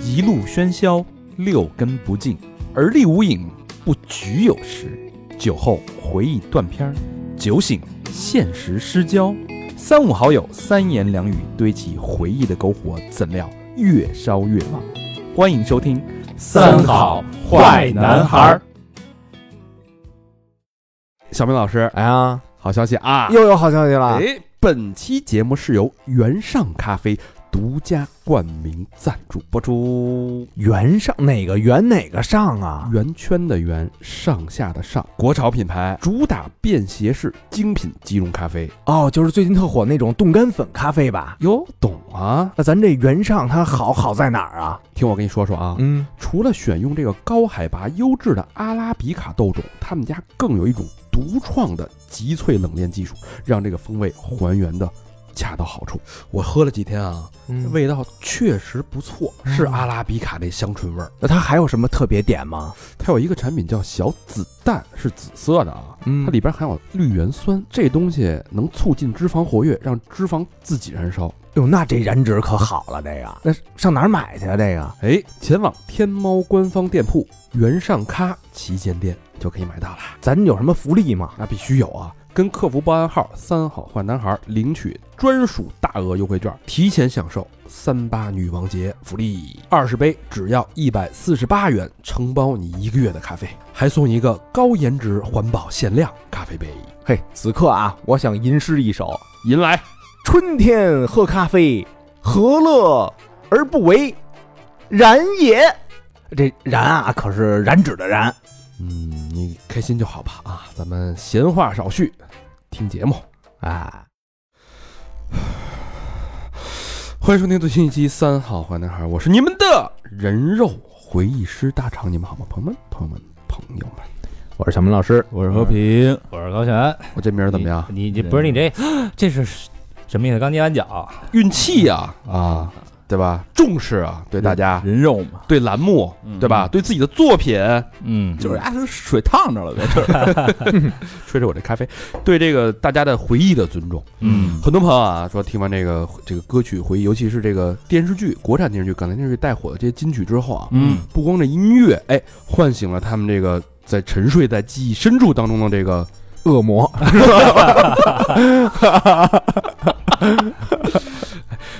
一路喧嚣，六根不净，而立无影，不局有时。酒后回忆断片儿，酒醒现实失焦。三五好友，三言两语堆起回忆的篝火，怎料越烧越旺。欢迎收听《儿。小明老师，哎呀，好消息啊！又有好消息了！哎，本期节目是由原上咖啡独家冠名赞助播出。圆上哪个圆哪个上啊？圆圈的圆，上下的上，国潮品牌，主打便携式精品即溶咖啡。哦，就是最近特火那种冻干粉咖啡吧？哟，懂啊？那咱这圆上它好好在哪儿啊？听我跟你说说啊，嗯，除了选用这个高海拔优质的阿拉比卡豆种，他们家更有一种独创的极萃冷链技术，让这个风味还原的恰到好处。我喝了几天啊，味道确实不错，嗯是阿拉比卡那香醇味儿。那它还有什么特别点吗？它有一个产品叫小紫蛋，是紫色的啊，嗯它里边含有绿原酸，这东西能促进脂肪活跃，让脂肪自己燃烧。哟，那这燃脂可好了，这个那上哪儿买去啊？这个哎，前往天猫官方店铺原上咖旗舰店就可以买到了，咱有什么福利吗？那必须有啊！跟客服报暗号“三好坏男孩”领取专属大额优惠券，提前享受三八女王节福利，二十杯只要一百四十八元，承包你一个月的咖啡，还送一个高颜值环保限量咖啡杯。嘿，此刻啊，我想吟诗一首：银来。春天喝咖啡，何乐而不为？然也。这燃啊，可是燃脂的燃。嗯，你开心就好吧啊，咱们闲话少叙，听节目。哎，欢迎收听最新一期《三好坏男孩》，我是你们的人肉回忆师大肠，你们好吗？朋友们，朋友们，朋友们，我是小明老师，我是和平，嗯我是高泉，我这名儿怎么样？你这不是你这 这是什么意思？刚捏完脚，运气呀、啊，对吧？重视啊，对大家，人肉嘛，对栏目，嗯对吧？对自己的作品，嗯，就是啊，这水烫着了 啊呗，吹着我这咖啡，对这个大家的回忆的尊重。嗯很多朋友啊说，听完这个这个歌曲回忆，尤其是这个电视剧，国产电视剧、港台电视剧带火的这些金曲之后啊，嗯，不光这音乐，哎，唤醒了他们这个在沉睡在记忆深处当中的这个恶魔，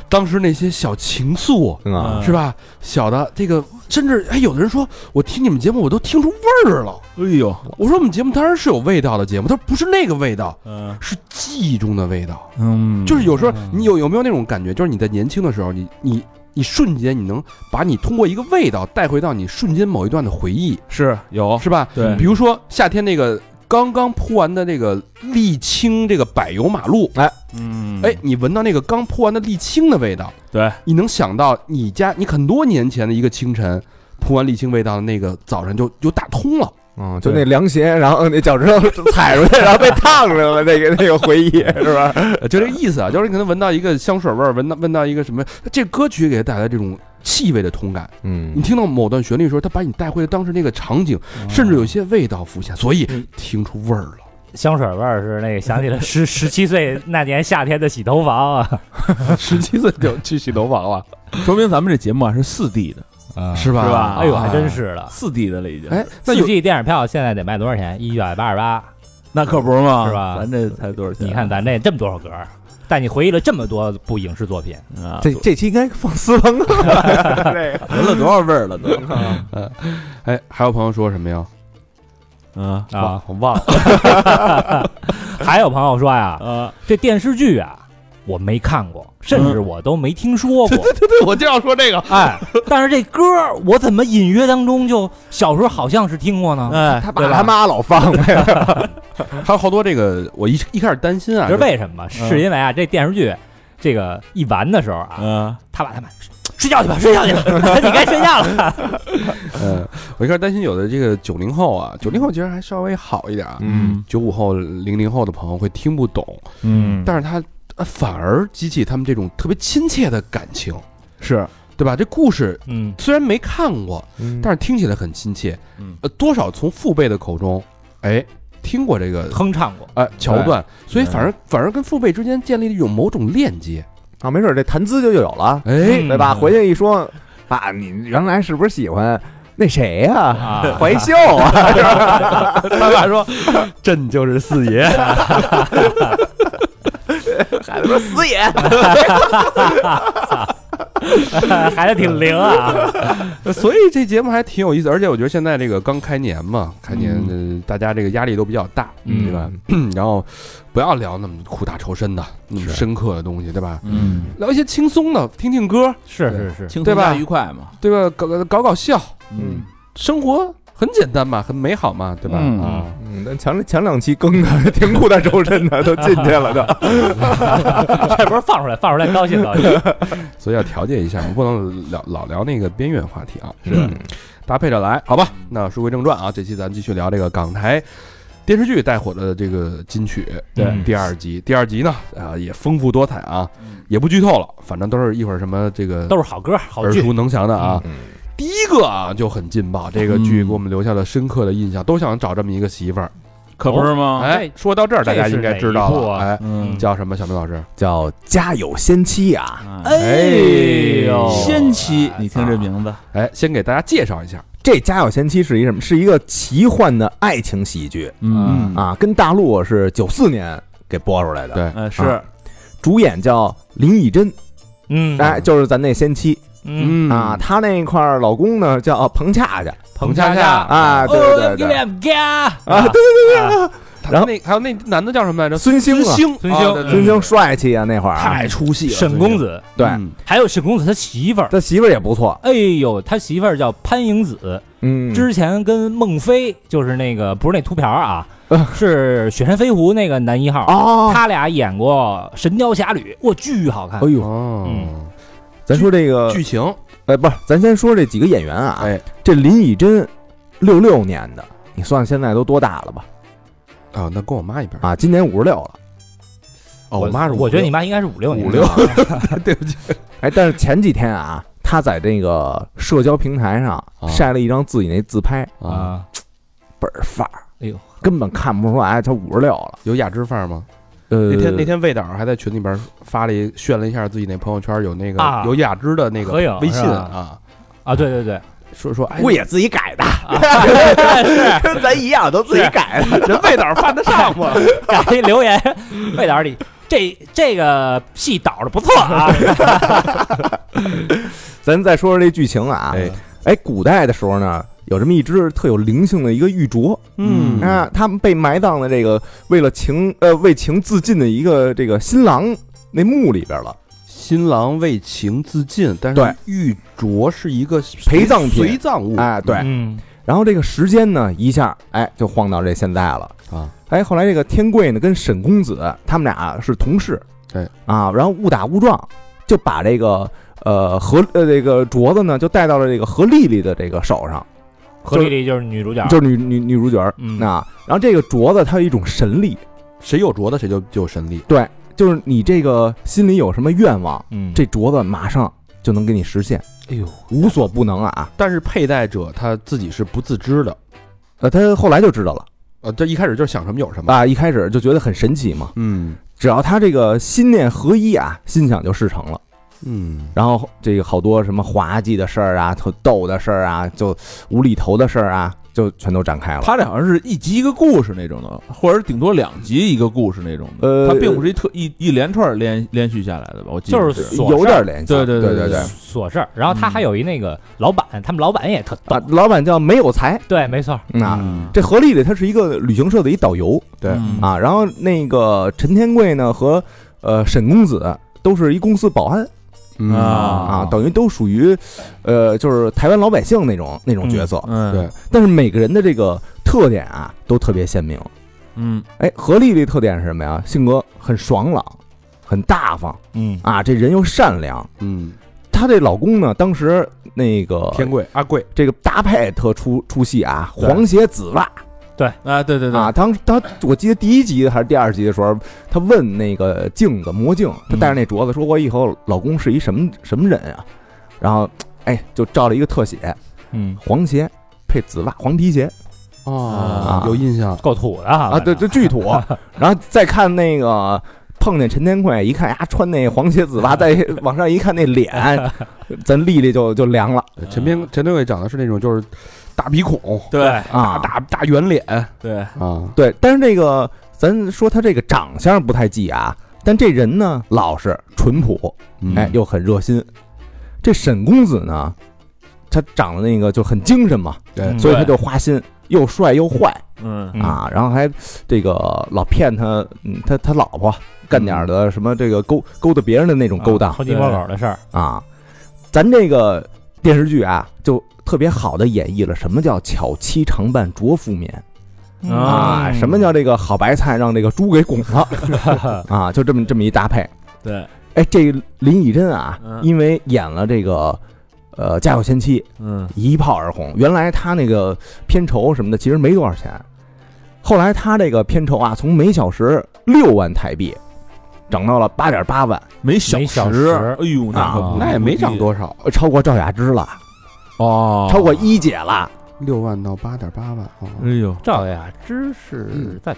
当时那些小情愫，嗯啊，嗯是吧？小的这个，甚至哎，有的人说我听你们节目我都听出味儿了。哎呦，我说我们节目当然是有味道的节目，它不是那个味道，嗯是记忆中的味道。嗯，就是有时候嗯你有有没有那种感觉，就是你在年轻的时候，你你。你瞬间，你能把你通过一个味道带回到你瞬间某一段的回忆，是有，是吧？对比，如说夏天那个刚刚铺完的那个沥青，这个柏油马路，嗯，哎，，你闻到那个刚铺完的沥青的味道，对，你能想到你家你很多年前的一个清晨，铺完沥青味道的那个早晨就就打通 了。嗯，就那凉鞋，然后那脚趾头踩出去，然后被烫着了，那个那 个回忆是吧？呃就这个意思啊，就是你可能闻到一个香水味儿，闻到闻到一个什么，这歌曲给它带来这种气味的同感。你嗯，听到某段旋律的时候，它把你带回当时那个场景，甚至有些味道浮现，所以嗯听出味儿了。香水味儿是那个，想起了十 十七岁那年夏天的洗头房啊， 十七岁就去洗头房 了，说明咱们这节目啊是四 D 的，啊是吧？是吧哎呦，还真是的。四 D 的了已经，哎，那四有 G 电影票现在得卖多少钱？一百八十八。那可不是嘛，是吧咱这才多少钱？啊你看咱这这么多少歌，带你回忆了这么多部影视作品，咱啊，这这期应该放私房啊歌 了，这个闻了多少味儿了都，哎，还有朋友说什么呀？嗯啊，我忘了。还有朋友说呀，啊，嗯这电视剧啊，我没看过，甚至我都没听说过。 对对，我就要说这个。哎，但是这歌儿我怎么隐约当中就小时候好像是听过呢？哎，他爸他妈老放啊呗，还有好多这个，我一一开始担心啊，你知道为什么吗？是因为啊，这电视剧这个一完的时候啊，嗯，他把他们睡觉去吧，睡觉去吧， 你该睡觉了。嗯，我一开始担心有的这个九零后啊，九零后其实还稍微好一点啊，嗯九五后、零零后的朋友会听不懂，嗯但是他呃反而激起他们这种特别亲切的感情，是对吧？这故事嗯，虽然没看过，嗯但是听起来很亲切，嗯呃，多少从父辈的口中，哎，听过这个。嗯哼唱过，呃，桥哎段，所以反嗯而反而跟父辈之间建立了一种某种链接，啊，没准这谈资就有了，嗯哎，对吧？回去一说。啊，你原来是不是喜欢那谁呀、啊怀秀啊？ 他爸说：“朕就是四 爷。孩子说 死也，孩子挺灵啊，”呃所以这节目还挺有意思，而且我觉得现在这个刚开年嘛，开年、嗯呃大家这个压力都比较大，嗯对吧？ 然后不要聊那么苦大仇深的、那么深刻的东西，对吧？嗯，聊一些轻松的，听听歌，是是是，轻对松吧加愉快嘛，对吧？搞搞搞笑，嗯生活很简单嘛，很美好嘛，对吧？嗯啊，嗯，但前前两期更的挺苦大仇深的，都进去了 都。这不是放出来，放出来高兴高兴，所以要调节一下，我们不能聊老聊那个边缘话题啊，是搭配着来，好吧？那书归正传啊，这期咱继续聊这个港台电视剧带火的这个金曲，对嗯第二集，第二集呢啊、也丰富多彩啊，也不剧透了，反正都是一会儿什么这个嗯都是好歌好耳剧熟能详的啊。嗯第一个啊就很劲爆，这个剧嗯给我们留下了深刻的印象，都想找这么一个媳妇儿。可不是吗？哎，说到这儿大家应该知道啊这是哪一部了，啊哎，嗯，叫什么？小明老师，叫家有仙妻哎啊，哎呦仙妻，你听这名字，哎，先给大家介绍一下，这家有仙妻是一什么？是一个奇幻的爱情喜剧嗯，啊，跟大陆是九四年给播出来的，对哎是啊主演叫林以真，嗯哎，就是咱那仙妻嗯，啊，她那块儿老公呢叫彭恰恰彭恰恰啊，对哦对对对，啊，对他然后那还有那男的叫什么来 着？孙兴啊，兴，孙啊兴对对对孙兴帅气啊，那会儿啊太出戏了，沈公子，对，嗯还有沈公子他媳妇儿。他媳妇儿也不错，哎呦，他媳妇儿叫潘迎紫，嗯，之前跟孟非就是那个不是那秃瓢儿啊，嗯是《雪山飞狐》那个男一号，哦，他俩演过《神雕侠侣》，哇，巨好看哎。呦，嗯哦，呃咱说这个，剧情哎，不是，咱先说这几个演员啊，哎这林以真，六六年的，你算现在都多大了吧？啊，那跟我妈一边儿啊，今年五十六了，哦，我妈是我觉得你妈妈应该是五六年五的六，对不起，哎，但是前几天啊，他在这个社交平台上啊晒了一张自己那自拍，啊，啊，倍儿范儿，哎呦，根本看不出来他五十六了。有雅致范儿吗？呃，那天那天魏导还在群里边发了一炫了一下自己那朋友圈有那个啊有雅致的那个合影微信是吧啊，啊，对对对，说说哎，我也自己改的， 跟咱一样都自己改的。人魏导犯得上吗？感谢哎留言，魏导你这这个戏导的不错啊， 咱再说说这剧情啊，哎，哎，古代的时候呢，有这么一只特有灵性的一个玉镯，嗯啊，他们被埋葬的这个为了情呃为情自尽的一个这个新郎那墓里边了。新郎为情自尽，但对是玉镯是一个陪葬品随葬物，哎，对，嗯，然后这个时间呢，一下哎就晃到这现在了啊。哎，后来这个天贵呢跟沈公子他们俩是同事，对啊，然后误打误撞就把这个呃和呃这个镯子呢就戴到了这个何丽丽的这个手上，何丽丽就是女主角，就是女女女主角儿。啊嗯那然后这个镯子它有一种神力，谁有镯子谁就就有神力，就是你这个心里有什么愿望，嗯，这镯子马上就能给你实现，哎呦，无所不能啊！但是佩戴者他自己是不自知的，呃，他后来就知道了呃，这一开始就是想什么有什么，啊，一开始就觉得很神奇嘛。嗯只要他这个心念合一啊，心想就事成了。嗯，然后这个好多什么滑稽的事儿啊，特逗的事儿啊，就无厘头的事儿啊，就全都展开了。他这好像是一集一个故事那种的，或者顶多两集一个故事那种的。呃它并不是一特一一连串连连续下来的吧？我记得就是是琐事儿有点联系，对对对对对对琐事儿。然后他还有一那个老板，他们老板也特逗啊，，老板叫没有才对，没错，啊。嗯这何丽丽她是一个旅行社的一导游对，嗯啊，然后那个陈天贵呢和呃沈公子都是一公司保安嗯啊啊，等于都属于呃就是台湾老百姓那种那种角色，嗯对，但是每个人的这个特点啊都特别鲜明。嗯哎，何丽丽特点是什么呀？性格很爽朗，很大方嗯，啊，这人又善良。嗯，她这老公呢，当时那个天贵阿贵，这个搭配特出出戏啊，对黄鞋紫袜啊，对对对，啊。当他我记得第一集还是第二集的时候，她问那个镜子魔镜，她戴着那镯子，说我以后老公是一什么什么人啊？然后哎，就照了一个特写，嗯，黄鞋配紫袜，黄皮鞋哦有印象，够土的哈啊啊 啊，对，，这巨土。然后再看那个碰见陈天贵，一看呀，啊穿那黄鞋紫袜， 再往上一看那脸，咱丽丽就就凉了对陈天陈天贵长得是那种就是大鼻孔、对大啊。大大圆脸对，啊，对，但是这个咱说他这个长相不太济啊，但这人呢老实淳朴，嗯哎，又很热心。这沈公子呢，他长得那个就很精神嘛，对所以他就花心，又帅又坏嗯嗯啊，然后还这个老骗他，嗯，他他老婆干点儿嗯的什么这个勾勾搭别人的那种勾当嗯偷鸡摸狗的事儿，啊。咱这个电视剧啊，就特别好的演绎了什么叫巧妻常伴拙夫眠嗯啊，什么叫这个好白菜让这个猪给拱了 啊，就这么这么一搭配。对，哎，这个林以真啊嗯，因为演了这个呃《家有仙妻》，嗯一炮而红。原来他那个片酬什么的其实没多少钱，后来他这个片酬啊，从每小时六万台币，涨到了八点八万，没小没小时，时哎呦，啊可不那也没长多少，呃超过赵雅芝了，哦，超过一姐了。六万到八点八万啊。哎呦，赵雅芝是在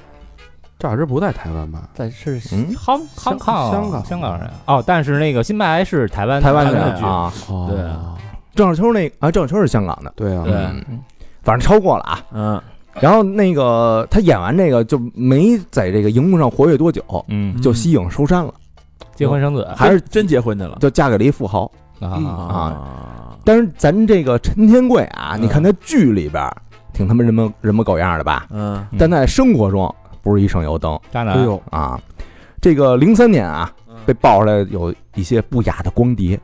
赵雅芝不在台湾吧？在是嗯康康康香港香港人哦，但是那个新白是台湾台湾的人剧，啊，对哦啊，郑少秋那啊，郑少秋是香港的，对啊，对嗯，反正超过了啊。嗯然后那个他演完这个就没在这个荧幕上活跃多久，嗯，就息影收山了，结婚生子还是真结婚去了就嫁给了一富豪。啊，啊，但是咱这个陈天贵啊，嗯你看他剧里边儿挺他妈人模人模狗样的吧，嗯但在生活中不是一省油灯渣哎男呦，啊。这个零三年啊，嗯被爆出来有一些不雅的光碟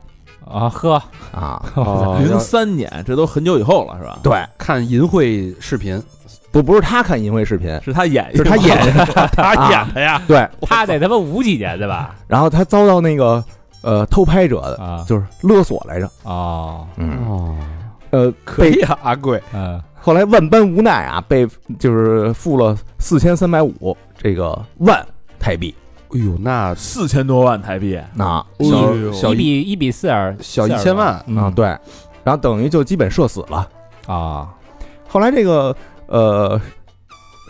啊，呵，啊， 哦零要三年，这都很久以后了，是吧？对，看淫秽视频，不不是他看淫秽视频，是他演，是他演， 啊他演的呀。对，他得他妈五几年的吧？然后他遭到那个呃偷拍者的啊，就是勒索来着，哦，嗯，哦，呃，可以啊，阿贵，嗯，后来万般无奈啊，被就是付了四千三百五这个万台币哎呦，那四千多万台币，哦啊，小呦小一比一比四点小一千万，啊，对，然后等于就基本社死了。啊，后来这个呃，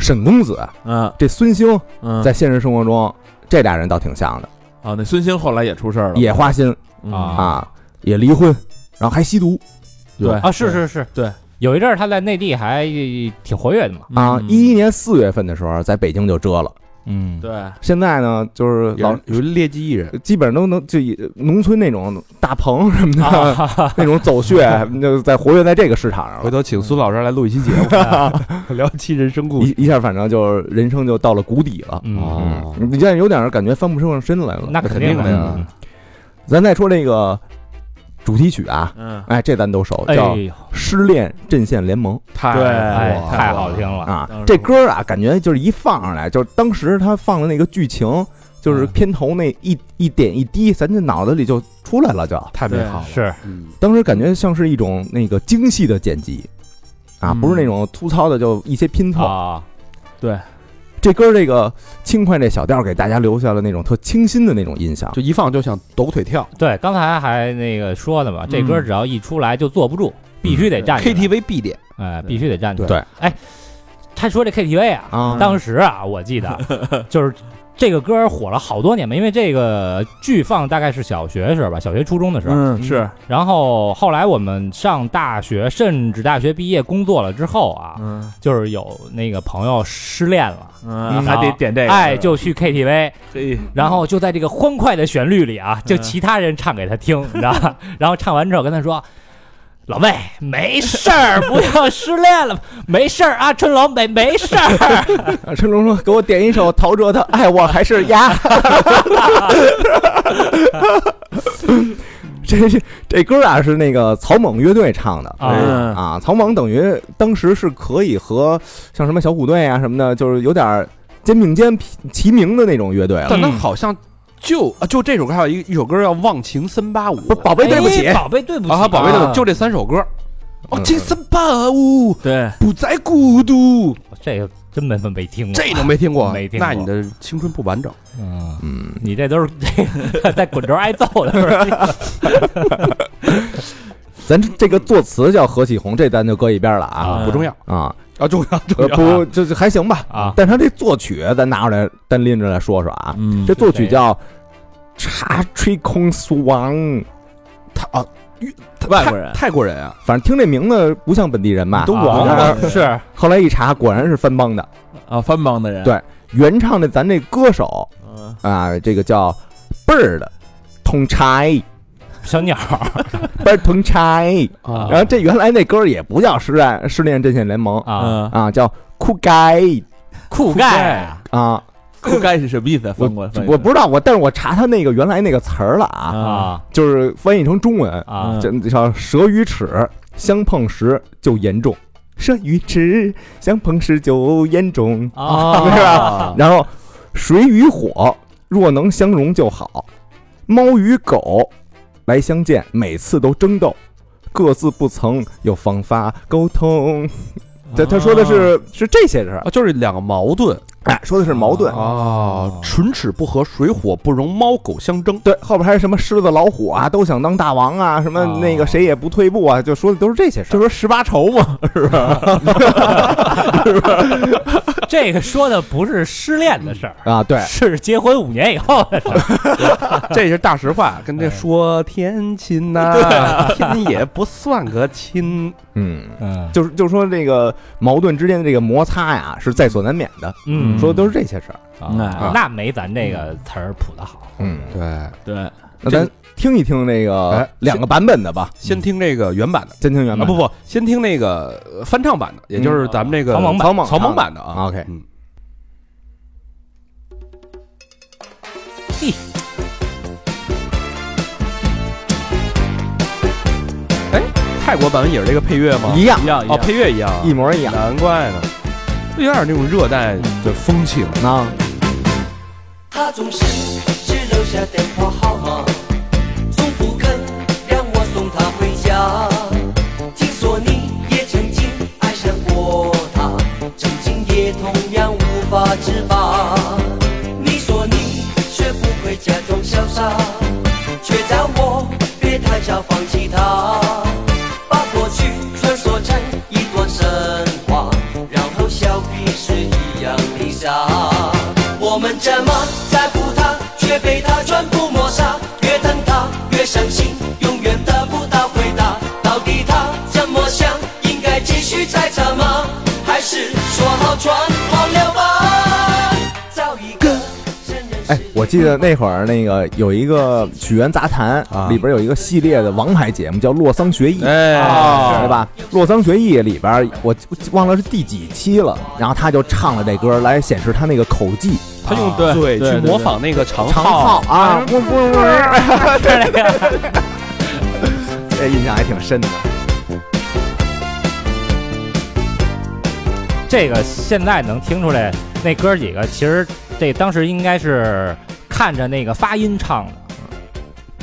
沈公子啊嗯这孙兴嗯，在现实生活中，这俩人倒挺像的，啊，那孙兴后来也出事儿了，也花心嗯啊啊，也离婚，然后还吸毒对啊，是是是，对，有一阵儿他在内地还挺活跃的嘛，啊。嗯一一年四月份的时候，在北京就折了。嗯，对，现在呢，就是老老有劣迹艺人，基本上都能就以农村那种大棚什么的、 那种走穴，就在活跃在这个市场上 回了。头请苏老师来录一期节目， 聊一期人生故事。一一下，反正就是人生就到了谷底了。嗯，哦嗯，你现在有点感觉翻不上身来了。那定肯定的呀嗯咱再说这个主题曲啊，嗯，哎，这咱都熟，哎叫《呦，失恋阵线联盟太对哎火了太好听了，》啊当时。这歌啊，感觉就是一放上来，就是当时他放的那个剧情，就是嗯片头那一一点一滴，咱这脑子里就出来了就，太美好了，是嗯，当时感觉像是一种那个精细的剪辑。啊，嗯不是那种粗糙的，就一些拼凑。啊，这歌这个轻快这小调，给大家留下了那种特清新的那种印象。就一放就想抖腿跳对，刚才还那个说呢嘛，这歌嗯只要一出来就坐不住，必须得站起来，KTV 必点，哎，必须得站起来。对，哎，他说这 KTV 啊，啊当时啊，我记得就是这个歌火了好多年嘛，因为这个剧放大概是小学时候吧，小学初中的时候，嗯是，然后后来我们上大学，甚至大学毕业工作了之后啊，嗯就是有那个朋友失恋了。还嗯，得还得点这个，哎，就去 KTV，这然后就在这个欢快的旋律里啊，就其他人唱给他听，你知道吧？然后唱完之后跟他说：“老妹，没事儿，不要失恋了，没事儿啊，春龙没没事儿。啊，陈龙说：“给我点一首陶喆的《爱我还是鸭》。 这”这这歌啊是那个草蜢乐队唱的啊嗯啊，草蜢等于当时是可以和像什么小虎队啊什么的，就是有点肩并肩齐齐名的那种乐队了。但他嗯好像就啊，就这首歌还有一一首歌叫《忘情森巴舞》，不是，宝贝，对不起哎宝贝，对不起，啊，他宝贝啊的就这三首歌，哦忘情森巴舞对，不再孤独，这个真没没听过。这都没听过，嗯没听过那你的青春不完整。嗯，嗯，你这都是 这个在滚轴挨揍的是吧？咱这这个作词叫何启宏，这咱就搁一边了啊啊不重要，啊。啊，重要重呃，要不，这这还行吧啊但是他这作曲，咱拿出来单拎着来说说啊，嗯这作曲叫《茶吹空苏王》，哦他啊，外国人泰泰国人啊，反正听这名字不像本地人吧都？啊王了是后来一查，果然是番邦的。啊，番邦的人，对原唱的咱这歌手嗯，啊，这个叫 Bird 通柴小鸟， ，Bird 通柴。 啊然后这原来那歌也不叫《失恋失恋阵线联盟》啊，嗯，啊，叫酷盖酷盖啊啊，酷盖是什么意思啊？我翻过来，翻过我来不知道，我但是我查他那个原来那个词儿了啊，啊，啊就是翻译成中文啊嗯这叫蛇与齿相碰时就严重，蛇与齿相碰时就严重， 啊，是吧？然后水与火若能相容就好，猫与狗来相见，每次都争斗，各自不曾有方法沟通。这他说的是啊是这些事儿，啊，就是两个矛盾哎，说的是矛盾。啊，唇齿不合，水火不容，猫狗相 争。对，后边还有什么狮子、老虎啊，都想当大王啊，什么那个谁也不退步啊，就说的都是这些事这儿。不是十八愁吗？这个说的不是失恋的事儿，啊，对，是结婚五年以后的事儿。这是大实话，跟这说天亲呐、天也不算个亲。嗯，嗯就是就是说这个矛盾之间的这个摩擦呀，是在所难免的。嗯，说的都是这些事儿。哎啊那没咱这个词儿谱的好。嗯，对，对，那咱听一听那个哎两个版本的吧，先听这个原版的、先听原啊，版。不不，先听那个呃翻唱版的，也就是咱们这个嗯啊草蜢唱草蜢的版的啊。啊，OK 嗯，嘿，哎，泰国版也是这个配乐吗？一样一，样一哦，样，配乐一样，一模一样。难怪呢，就有点那种热带的风情。那他总是只留下电话号码，从不肯让我送他回家。听说你也曾经爱上过他，曾经也同样无法自拔。你说你学不会假装潇洒，却叫我别太早放弃他。把过去穿梭成一段神话，然后笑彼此一样的傻。我们怎么在乎他，却被他全部抹杀？越疼他越伤心，永远得不到回答。到底他怎么想？应该继续猜测吗？还是说好全忘了吧？找一个真人。哎，我记得那会儿那个有一个《曲苑杂谈》啊里边有一个系列的王牌节目叫《洛桑学艺》。对哎嗯啊吧？《洛桑学艺》里边，我我忘了是第几期了，然后他就唱了这歌来显示他那个口技他用对嘴对去对模对仿那个长长号号啊，我我我，是那个这哎印象还挺深的。这个现在能听出来，那哥几个其实这当时应该是看着那个发音唱的，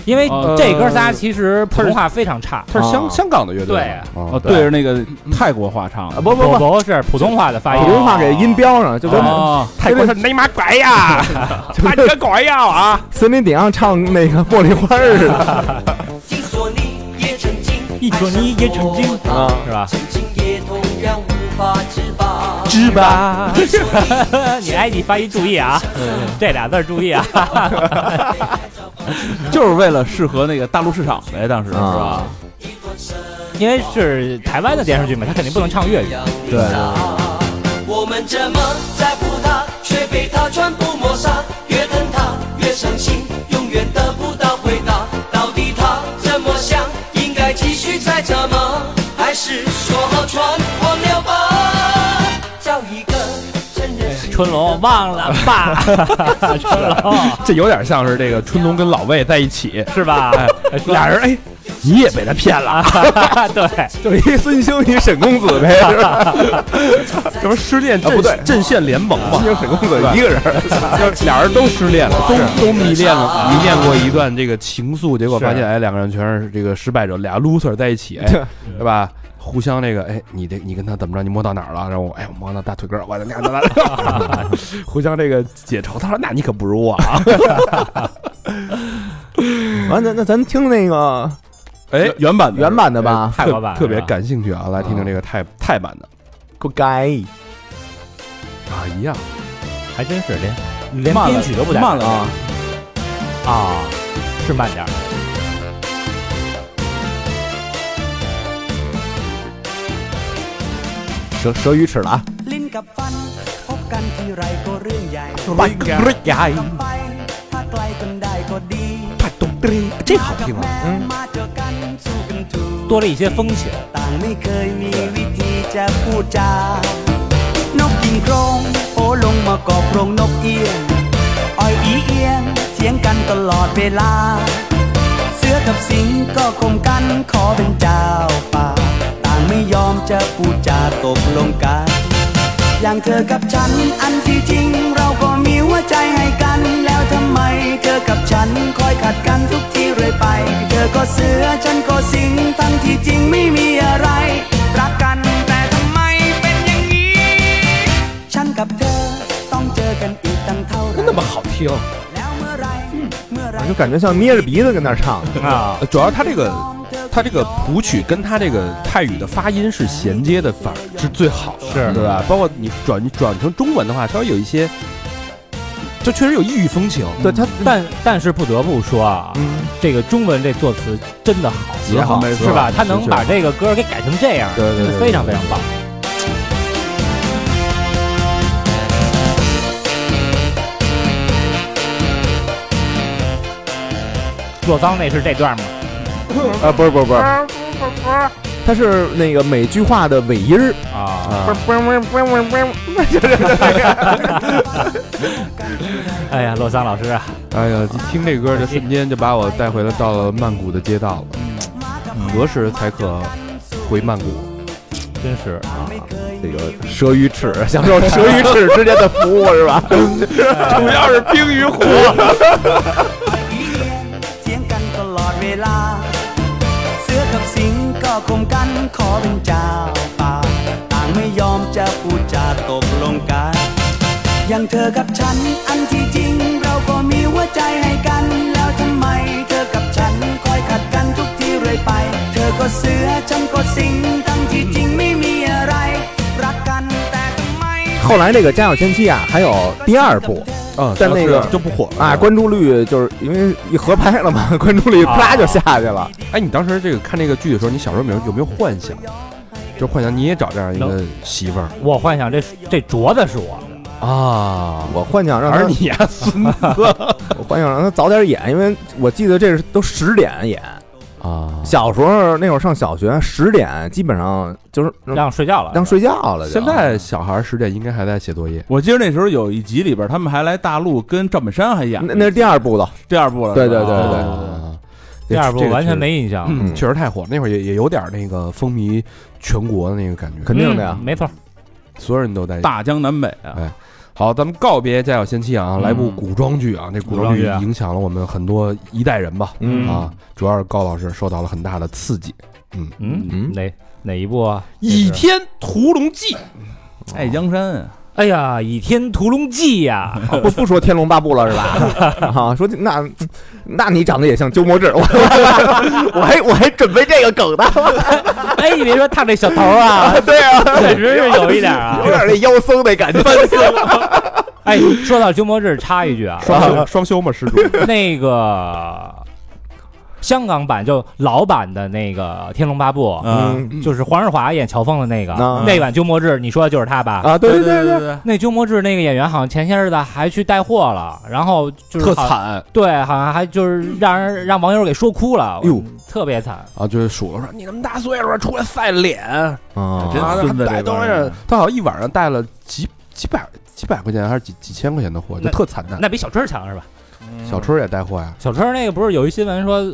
因为呃这哥仨其实普通话非常差。他是香啊香港的乐队对吗，哦，哦对着那个泰国话唱的，不不不，不是普通话的发音，普通话给音标上，就跟啊，泰国是你妈拐 呀，把你个拐呀啊！森林顶上唱那个茉莉花似的。听说你也曾经，一说你也曾经啊，是吧？曾经也同样无法自拔。知吧？你埃及发音注意啊，这俩字儿注意啊。就是为了适合那个大陆市场呗，当时是吧啊？因为是台湾的电视剧嘛，他肯定不能唱粤语。对，我们怎么在乎他，却被他全部抹杀？越疼他越伤心，永远得不到回答。到底他怎么想？应该继续猜测吗？还是说好全忘了吧？找一个承认是春龙忘了吧， 春龙 这有点像是这个春龙跟老魏在一 起，是吧？俩人哎，你也被他骗了，啊， 对，就是一孙兴一沈公子呗，是吧？这不是失恋啊不对阵线联盟嘛孙，兴沈公子一个人，就是俩人都失恋了，都都迷恋了，迷恋过一段这个情愫，结果发现哎，两个人全是这个失败者，俩 loser 在一起，哎，对吧？互相这个，哎，你这你跟他怎么着？你摸到哪儿了？然后我，哎，我摸到大腿根儿，我的娘的， 互相这个解愁。他说：“那你可不如 我啊！”完那那咱听那个哎，原版的原版的吧哎泰国版特特别是吧啊感兴趣啊！来听听这个泰泰版的，活该。啊，一样。还真是连连慢了编曲都不带慢了啊！啊，是慢点儿。舌舌语齿了啊！ ลิ้นกับฟันพบกันทีไรก็เรื่องใหญ่ 半个ก牙，ลับไปถ้าไกลกันได้ก็ดี 怕懂得这好听 มากั啊！บแม่มาเจอกันสู้กันถูก 多了一些风情， ต่างไม่เคยมีวิธีจะพูดจานกกินโครงโอลงมากอบโครงนกเอียงอ้อยอีเอียงเถียงกันตลอดเวลา เสือกับสิงก็คมกันขอเป็นเจ้าป่า ต่างไม่ยอมจะพูดจาตกลงกัน อย่างเธอกับฉันอันที่จริง เราก็มีหัวใจให้กัน แล้วทำไม เธอกับฉันคอยขัดกันทุกทีเรื่อยไป เธอก็เสือฉันก็สิงทั้งที่จริงไม่มีอะไร รักกันแต่ทำไมเป็นอย่างนี้ ฉันกับเธอต้องเจอกันอีกตั้งเท่าไหร่ 那么好听， แล้วเมื่อไหรเมื่อไหร 就感觉像捏着鼻子跟那儿唱 的。啊呃主要他这个 เธอ 他这个谱曲跟他这个泰语的发音是衔接的，反而是最好的，是对吧？包括你转你转成中文的话，稍微有一些，这确实有异域风情，对他，但但是不得不说啊，嗯，这个中文这作词真的好，也好是吧？他能把这个歌给改成这样，对对对真的非常非常棒。洛桑那是这段吗？啊，不是不是不是，他是那个每句话的尾音儿，啊， 哎呀，洛桑老师啊，哎呀，一听这歌就瞬间就把我带回了到了曼谷的街道了。嗯何时才可回曼谷？真是这个舌与齿，享受舌与齿之间的服务是吧？ 主要是冰与火。 อีเอียงเถียงกันตลอดเวลา เสือกับสิงก็คมกันขอเป็นเจ้าป่า ต่างไม่ยอมจะพูดจาตกลงกัน อย่างเธอกับฉันอันที่จริง เราก็มีหัวใจให้กัน แล้วทำไม เธอกับฉันคอยขัดกันทุกทีเรื่อยไป เธอก็เสือฉันก็สิงทั้งที่จริงไม่มีอะไร รักกันแต่ทำไม 后来这个《家有仙妻》啊，还有第二部啊，但那个就不火了啊，关注率就是因为一合拍了嘛，关注率啪就下去了。 哎，你当时这个看这个剧的时候，你小时候有没有有没有幻想？就是幻想你也找这样一个媳妇儿我幻想这这镯子是我 的，啊？我幻想让而他，你呀，孙子我幻想让他早点演，因为我记得这是都十点演。啊！小时候那会儿上小学，十点基本上就是让睡觉了。让睡觉了就。现在小孩十点应该还在写作业。我记得那时候有一集里边，他们还来大陆跟赵本山还演那那是第二部的，第二部了，对是吧哦对对对啊第二部这个完确全实没印象，嗯，嗯确实太火了，那会儿也也有点那个风靡全国的那个感觉，肯定的呀嗯。没错。所有人都在。大江南北啊哎，好，咱们告别《家有仙妻》啊，嗯来部古装剧啊，这古古装剧剧啊影响了我们很多一代人吧，嗯啊，主要是高老师受到了很大的刺激，嗯嗯，哪哪一部啊？ 《倚天屠龙记》爱江山啊，哎呀，《倚天屠龙记》呀，不不说《天龙八部》了是吧？ 啊，说那，那你长得也像鸠摩智，我我还我还准备这个梗呢，哎，你别说烫这小头儿啊，对啊， 确实 是有一点儿啊 有。点那妖僧那感觉。哎，说到鸠摩智，插一句啊，双休双休嘛，施主，那个香港版就老版的那个《天龙八部》，嗯就是黄日华演乔峰的那个，嗯那版鸠摩智，你说的就是他吧？啊，对对对对，对，那鸠摩智那个演员好像前些日子还去带货了，然后就是特好，惨对，好像还就是让人让网友给说哭了，哟，特别惨。啊，就是数落说你那么大岁数了出来晒脸，啊真啊，孙子带这都帮是人他好像一晚上带了几几百几百块钱还是几几千块钱的货，就那特惨淡。那比小春儿强是吧？小春儿也带货呀，小春儿那个不是有一新闻说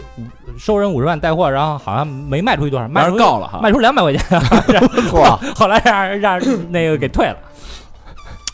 收人五十万带货，然后好像没卖出去多少，卖让出人去告了哈，卖出两百块钱，错，后来让人让人那个给退了。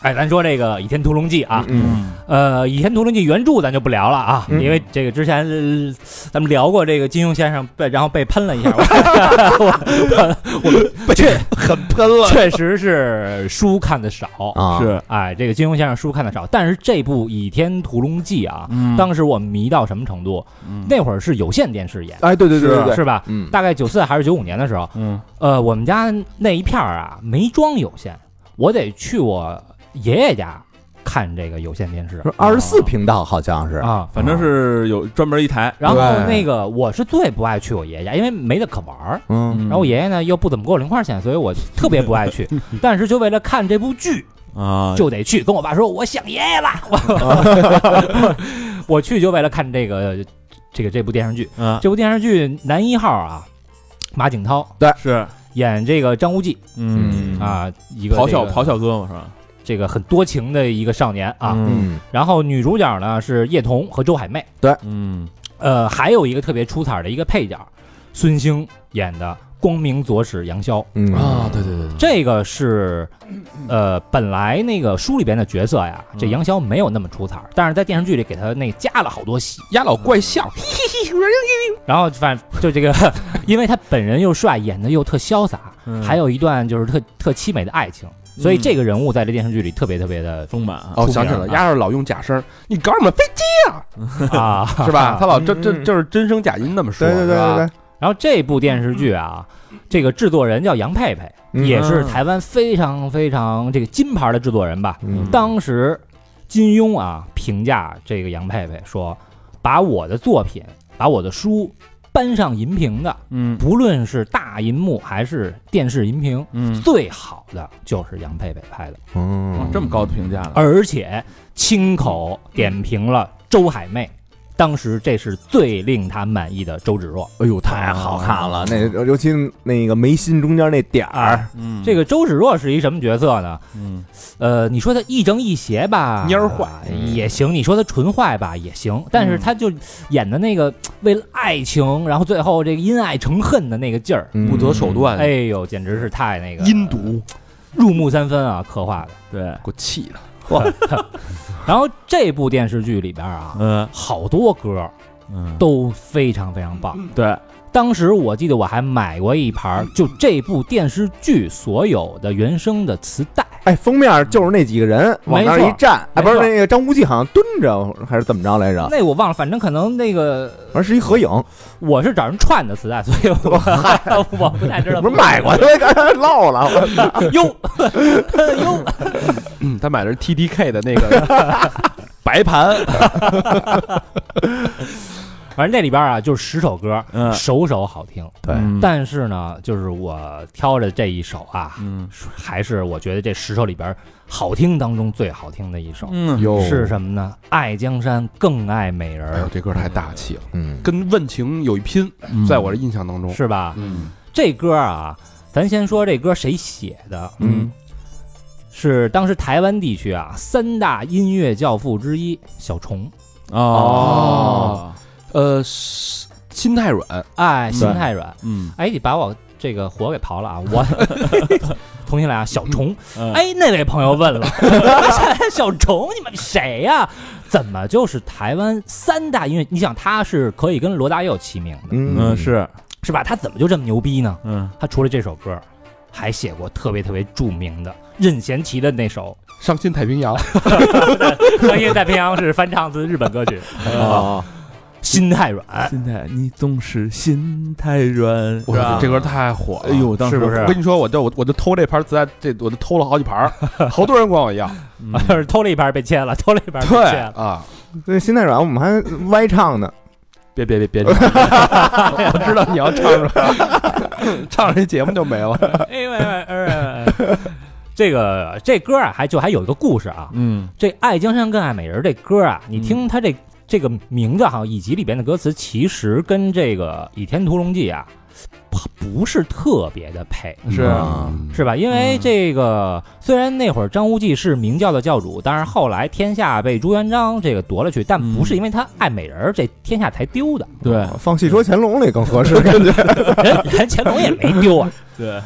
哎，咱说这个《倚天屠龙记》啊，嗯，呃，《倚天屠龙记》原著咱就不聊了啊，嗯因为这个之前、呃咱们聊过这个金庸先生被然后被喷了一下，我我我们确很喷了，确实是书看的少啊是，哎，这个金庸先生书看的少，但是这部《倚天屠龙记》啊，嗯当时我迷到什么程度？那会儿是有线电视演，哎，对对对对对，是吧？嗯，大概九四还是九五年的时候，嗯呃，我们家那一片儿啊没装有线，我得去我爷爷家看这个有线电视二十四频道好像是，啊，反正是有专门一台，然后对那个我是最不爱去我爷爷家，因为没得可玩儿。嗯然后我爷爷呢又不怎么给我零花钱，所以我特别不爱去。但是就为了看这部剧，啊，就得去。跟我爸说我想爷爷了， 我我去就为了看这个这个这部电视剧。啊这部电视剧男一号啊，马景涛是，演这个张无忌嗯啊，一个咆这哮个咆哮哥嘛是吧？这个很多情的一个少年啊。嗯嗯然后女主角呢是叶童和周海媚，嗯呃，还有一个特别出彩的一个配角，孙兴演的光明左使杨逍，嗯啊，对对对对，这个是，呃，本来那个书里边的角色呀，这嗯杨逍没有那么出彩儿，但是在电视剧里给他那加了好多戏，丫老怪笑，然后反就 这个，因为他本人又帅，演的又特潇洒，嗯还有一段就是特特凄美的爱情，所以这个人物在这电视剧里特别特别的 丰满啊出哦，名想起来啊了，丫是老用假声，你搞什么飞机啊，是吧？他老这这嗯嗯就是真声假音那么说，对对对是吧对对，然后这部电视剧啊，这个制作人叫杨佩佩，嗯也是台湾非常非常这个金牌的制作人吧。嗯当时金庸啊评价这个杨佩佩说：“把我的作品，把我的书搬上银屏的，嗯不论是大银幕还是电视银屏，嗯，最好的就是杨佩佩拍的，哇嗯这么高的评价呢？而且亲口点评了周海媚。”当时这是最令他满意的周芷若，哎呦，太好看了！那尤其那个眉心中间那点儿，嗯这个周芷若是一什么角色呢？嗯呃，你说他亦正亦邪吧，蔫儿坏也行；你说他纯坏吧，也行。但是他就演的那个为了爱情，然后最后这个因爱成恨的那个劲儿，嗯不择手，段，哎呦，简直是太那个阴毒，入木三分啊，刻画的。对，给我气的。然后这部电视剧里边啊，嗯好多歌嗯，都非常非常棒。嗯对，当时我记得我还买过一盘儿，就这部电视剧所有的原声的磁带。哎，封面就是那几个人往那儿一站，哎，没不错嗯是那个张无忌好像蹲着还是怎么着来啊着？那我忘了，反正可能那个而是一合影，我是找人串的磁带，所以我我不太 知道。不是买过的， 刚才唠了，我哟哟，嗯，他买的是 TDK 的那个白盘，反正那里边啊，就是十首歌，嗯首首好听。对嗯但是呢，就是我挑着这一首啊，嗯还是我觉得这十首里边好听当中最好听的一首、嗯哟是什么呢？爱江山更爱美人哎呦儿，，这歌太大气了，嗯，跟问情有一拼，嗯在我的印象当中，是吧？嗯，这歌啊，咱先说这歌谁写的？嗯，是当时台湾地区啊三大音乐教父之一小虫，哦，呃，是心太软，哎，心太软。嗯哎，你把我这个火给刨了啊！ 我重新来啊，小虫。嗯哎，那位朋友问 了，小虫，你们谁呀、怎么就是台湾三大音乐？你想他是可以跟罗大佑齐名的，嗯是是吧？他怎么就这么牛逼呢？嗯他除了这首歌，还写过特别特别著名的任贤齐的那首伤心太平洋， 《穿越太平洋》，是翻唱自日本歌曲 啊， 《心太软》。 心态，你总是心太软，我操，这歌太火了，哎呦，当时是不是我跟你说，我就我我就偷这盘磁带，这我就偷了好几盘儿，好多人管我要。 就是偷了一盘被切了，偷了一盘被对切了。啊，那心太软我们还歪唱呢，别别别别，别我知道你要唱什么，唱上这节目就没了。哎喂喂哎喂喂，这个这歌啊，还就还有一个故事啊。嗯这《爱江山更爱美人》这歌啊，你嗯听它这、这个名字好像以及里边的歌词，其实跟这个《倚天屠龙记》啊不是特别的配，是啊嗯是吧？因为这个、虽然那会儿张无忌是明教的教主，但是后来天下被朱元璋这个夺了去，但不是因为他爱美人儿，这天下才丢的， 对放《戏说乾隆》里更合适，感觉人人乾隆也没丢啊。 对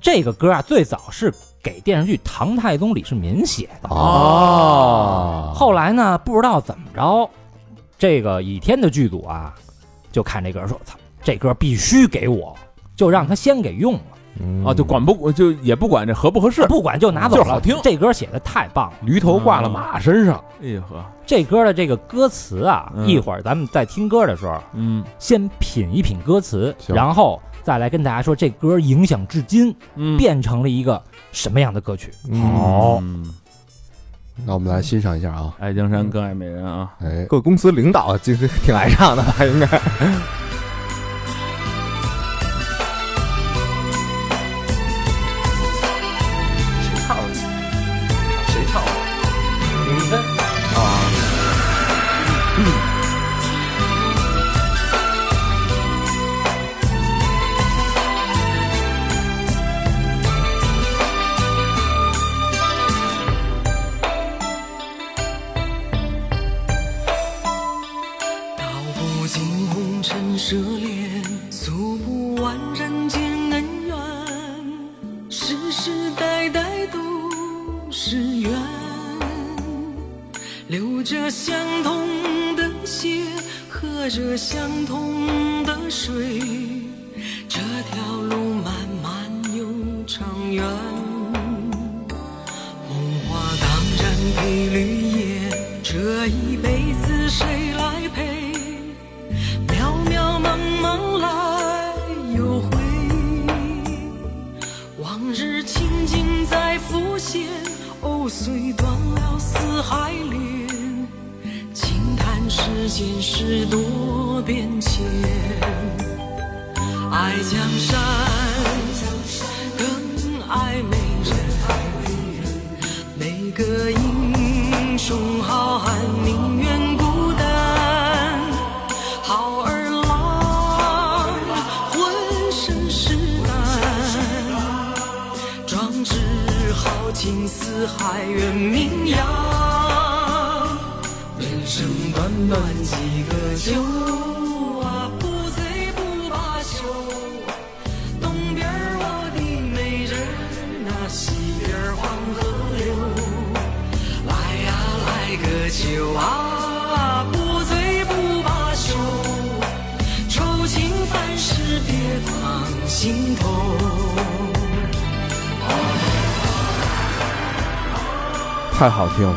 这个歌啊，最早是给电视剧《唐太宗李世民》写的。啊哦，后来呢，不知道怎么着，这个倚天的剧组啊，就看这歌说：“操，这歌必须给我，就让他先给用了，嗯啊，就管不就也不管这合不合嗯适，不管就拿走就了。是好听这歌写的太棒了。驴头挂了马身上，哎呦呵，这歌的这个歌词啊，嗯一会儿咱们在听歌的时候，嗯先品一品歌词，行然后再来跟大家说这歌影响至今，嗯，变成了一个什么样的歌曲。好，嗯嗯那我们来欣赏一下啊，爱哎江山更爱美人啊，哎，各公司领导其实挺爱唱的吧，应该。道不尽红尘奢恋，诉不完人间恩怨，世世代代都是缘，流着相同的血，喝着相同的水，这条路漫漫又长远。红花当然配绿叶，这一辈子谁来陪？渺渺茫茫来又回，往日情景在浮现，藕虽断了丝还连，轻叹世间事多变迁。爱江山，更爱美人。每个英雄好汉宁愿孤单，好儿郎浑身是胆，壮志豪情四海远名扬。人生短短几个秋啊，不醉不罢休。啊东边儿我的美人儿啊，西边儿黄河流。来呀、来个酒啊，不醉不罢休。愁情烦事别放心头。太好听了，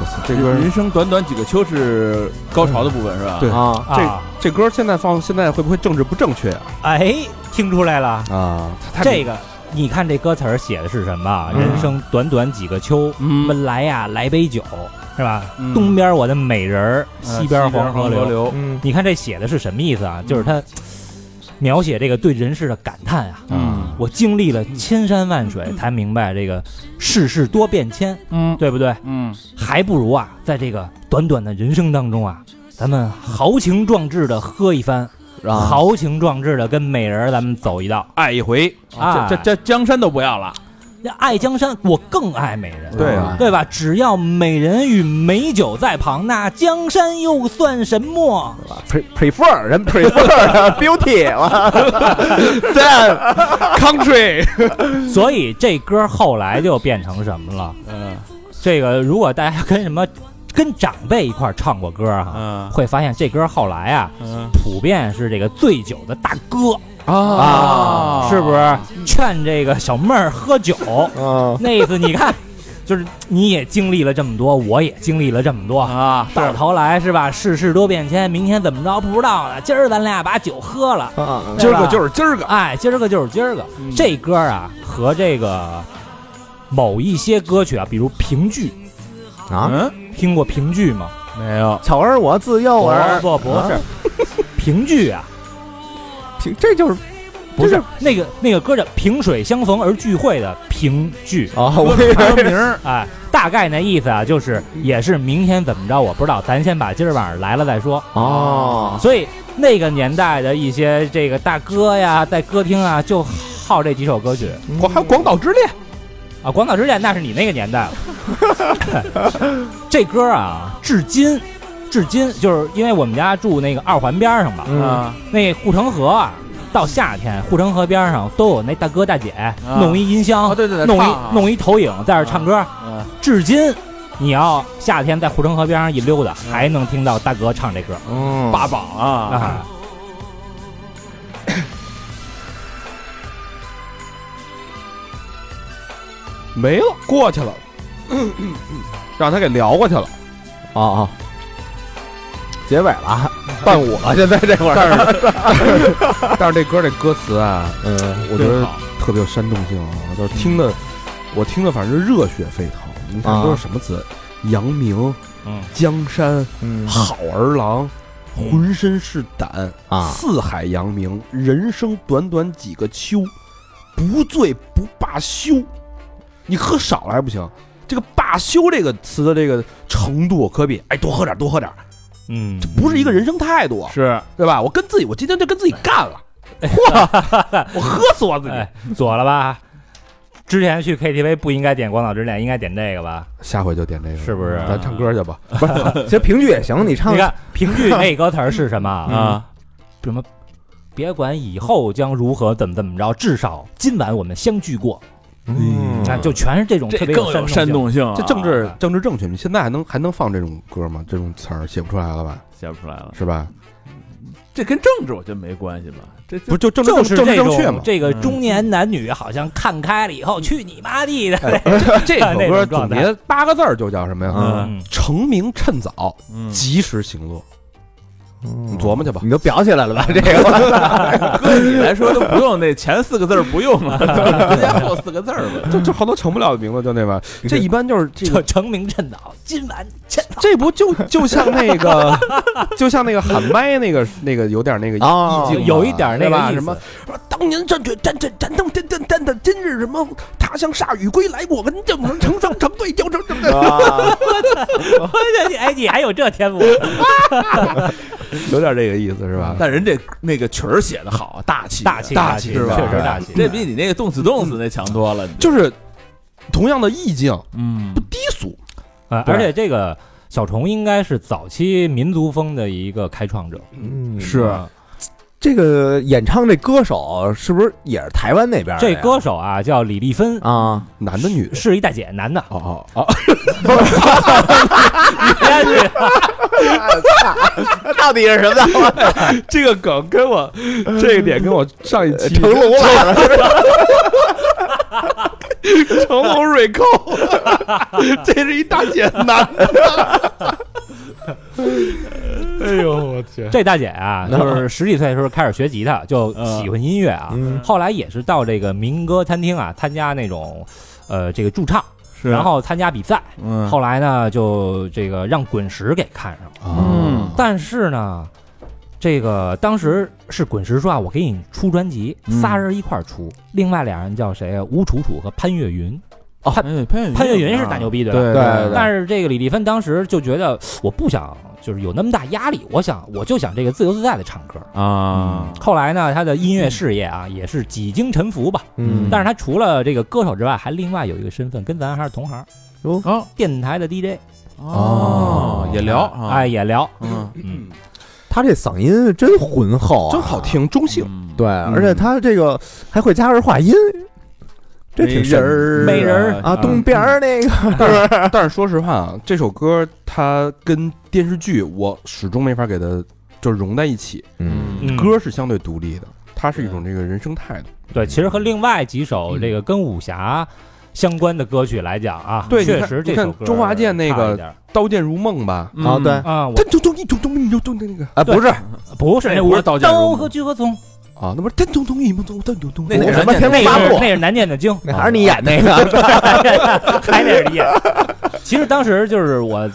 我操，这歌人生短短几个秋是高潮的部分是吧？对啊啊，这歌现在放现在会不会政治不正确啊？哎，听出来了，啊，太这个你看这歌词儿写的是什么啊？人生短短几个秋，嗯们来呀，来杯酒，是吧？嗯东边我的美人儿，呃，西边黄河流。流，嗯嗯，你看这写的是什么意思啊？就是他描写这个对人世的感叹啊。嗯我经历了千山万水，才明白这个世事多变迁，嗯对不对？嗯，还不如啊，在这个短短的人生当中啊，咱们豪情壮志的喝一番，啊豪情壮志的跟美人儿咱们走一道啊爱一回啊！这这这江山都不要了，这爱江山，我更爱美人，对吧啊对吧？只要美人与美酒在旁，那江山又算什么？ pre prefer 人 prefer beauty 哇，damn country 所以这歌后来就变成什么了？嗯这个如果大家跟什么跟长辈一块儿唱过歌哈、嗯会发现这歌后来啊，嗯普遍是这个醉酒的大哥啊是不是劝这个小妹儿喝酒？啊， 那意思你看，就是你也经历了这么多，我也经历了这么多，啊？到头来是吧？世事多变迁，明天怎么着不知道呢。今儿咱俩把酒喝了，啊今儿个就是今儿个，哎，今儿个就是今儿个。这歌啊和这个某一些歌曲啊，比如评剧，啊，嗯，听过评剧吗？没有，巧儿我自幼儿，不不不是，评剧啊，平这就是不是那个那个歌叫《萍水相逢而聚会》的评剧。啊，我以还有为名儿嗯哎，大概那意思啊，就是也是明天怎么着，我不知道，咱先把今儿晚上来了再说。哦，所以那个年代的一些这个大哥呀，在歌厅啊，就好这几首歌曲我还有广岛之恋，啊。广岛之恋那是你那个年代了， 这歌啊，至今，至今就是因为我们家住那个二环边上嘛，嗯啊，那护城河啊，到夏天，护城河边上都有那大哥大姐弄一音箱哦，，对对对，弄唱一啊弄一投影在这儿唱歌。嗯至今，你要夏天在护城河边上一溜达，还能听到大哥唱这歌嗯，霸榜啊，啊。没了，过去 了，让他给聊过去了。啊啊，结尾了啊，伴我了，现在这会儿，但是 但是 这歌这歌词啊，嗯，我觉得特别有煽动性啊，就是听的我听的反正是热血沸腾。你看啊都是什么词？扬名、嗯江山、嗯好儿郎，浑身是胆啊四海扬名，人生短短几个秋，不醉不罢休。你喝少了还不行，这个“罢休”这个词的这个程度可比哎多喝点儿多喝点儿，嗯，不是一个人生态度，啊嗯是啊对吧？我跟自己，我今天就跟自己干了，哎嚯，我喝死我自己。哎，左了吧？之前去 KTV 不应该点《广岛之恋》，应该点这个吧？下回就点这个，是不是咱唱歌去吧。其实评剧也行，你唱你看评剧那歌词儿是什么 啊？啊，什么？别管以后将如何，怎么怎么着，至少今晚我们相聚过。嗯看，就全是这种特别更有动煽性。动性啊，这政治政治正确，你现在还能还能放这种歌吗？这种词儿写不出来了吧？写不出来了，是吧？这跟政治我觉得没关系吧？这不是就政治就正是政治这正确嗯种吗？这个中年男女好像看开了以后，去你妈地哎的！这那首种歌状总态结八个字儿就叫什么呀？嗯，成名趁早，嗯及时行乐。你琢磨去吧。 你都裱起来了吧？这个对你来说都不用那前四个字儿不用啊 了，直接后四个字儿吧。这这好多成不了的名字，就那吧。这一般就是这成个，成名趁早，今晚趁早。这不就就像那 个，就像那个喊麦那个那个有点那个啊意境嘛，有一点那对个吧？意思什么说当年战却战战战斗战战战战，今日什么他乡铩羽归来，我们正能成双成对，雕成正对，哎，你还有这 天赋？有点这个意思是吧？ 但人这那个曲儿写的好，大气大气大气是吧？确实大气这比你那个动死动死那强多了。就是同样的意境，嗯，低俗啊而且这个小虫应该是早期民族风的一个开创者，嗯是这个演唱这歌手是不是也是台湾那边的这呀？歌手啊叫李丽芬，啊，男的女的。是一大姐， 男的。哦哦哦！但哎是到底是什么？这个梗跟我这一点跟我上一期龙来了，成龙瑞寇，这是一大姐男的。哎呦我天！这大姐 啊，就是十几岁的时候开始学吉他，就嗯喜欢音乐啊。后来也是到这个民歌餐厅啊，参加那种呃这个驻唱，是然后参加比赛。嗯后来呢，就这个让滚石给看上了。嗯但是呢，这个当时是滚石说啊，我给你出专辑，嗯仨人一块儿出，另外俩人叫谁啊？吴楚楚和潘越云。哦潘潘越云啊潘越云是大牛逼，对吧？对对但是这个李丽芬当时就觉得，我不想就是有那么大压力，我想我就想这个自由自在的唱歌。啊，后来呢，他的音乐事业啊也是几经沉浮吧。嗯但是他除了这个歌手之外，还另外有一个身份，跟咱还是同行，哦电台的 DJ 哦，也聊啊，哎，，也聊。嗯，嗯，他这嗓音真浑厚，啊真好。听，中性。嗯对，而且他这个还会加儿化音，这挺神儿没人儿啊。东边儿那个但是说实话啊，这首歌它跟电视剧我始终没法给它就融在一起。嗯嗯歌是相对独立的，它是一种这个人生态度。对，其实和另外几首嗯这个跟武侠相关的歌曲来讲啊，对你确看实这你首看歌周华健那个差一点儿刀剑如梦》吧，嗯啊，对啊，我噔咚咚一咚咚一咚咚的那个啊，不是不是那那不是我刀剑如梦和菊和葱，啊，那不是噔咚咚一咚咚噔咚咚。那我是什么天那龙是八部那，是南剑的经，那还是你演那个 还得是你演。其实当时就是我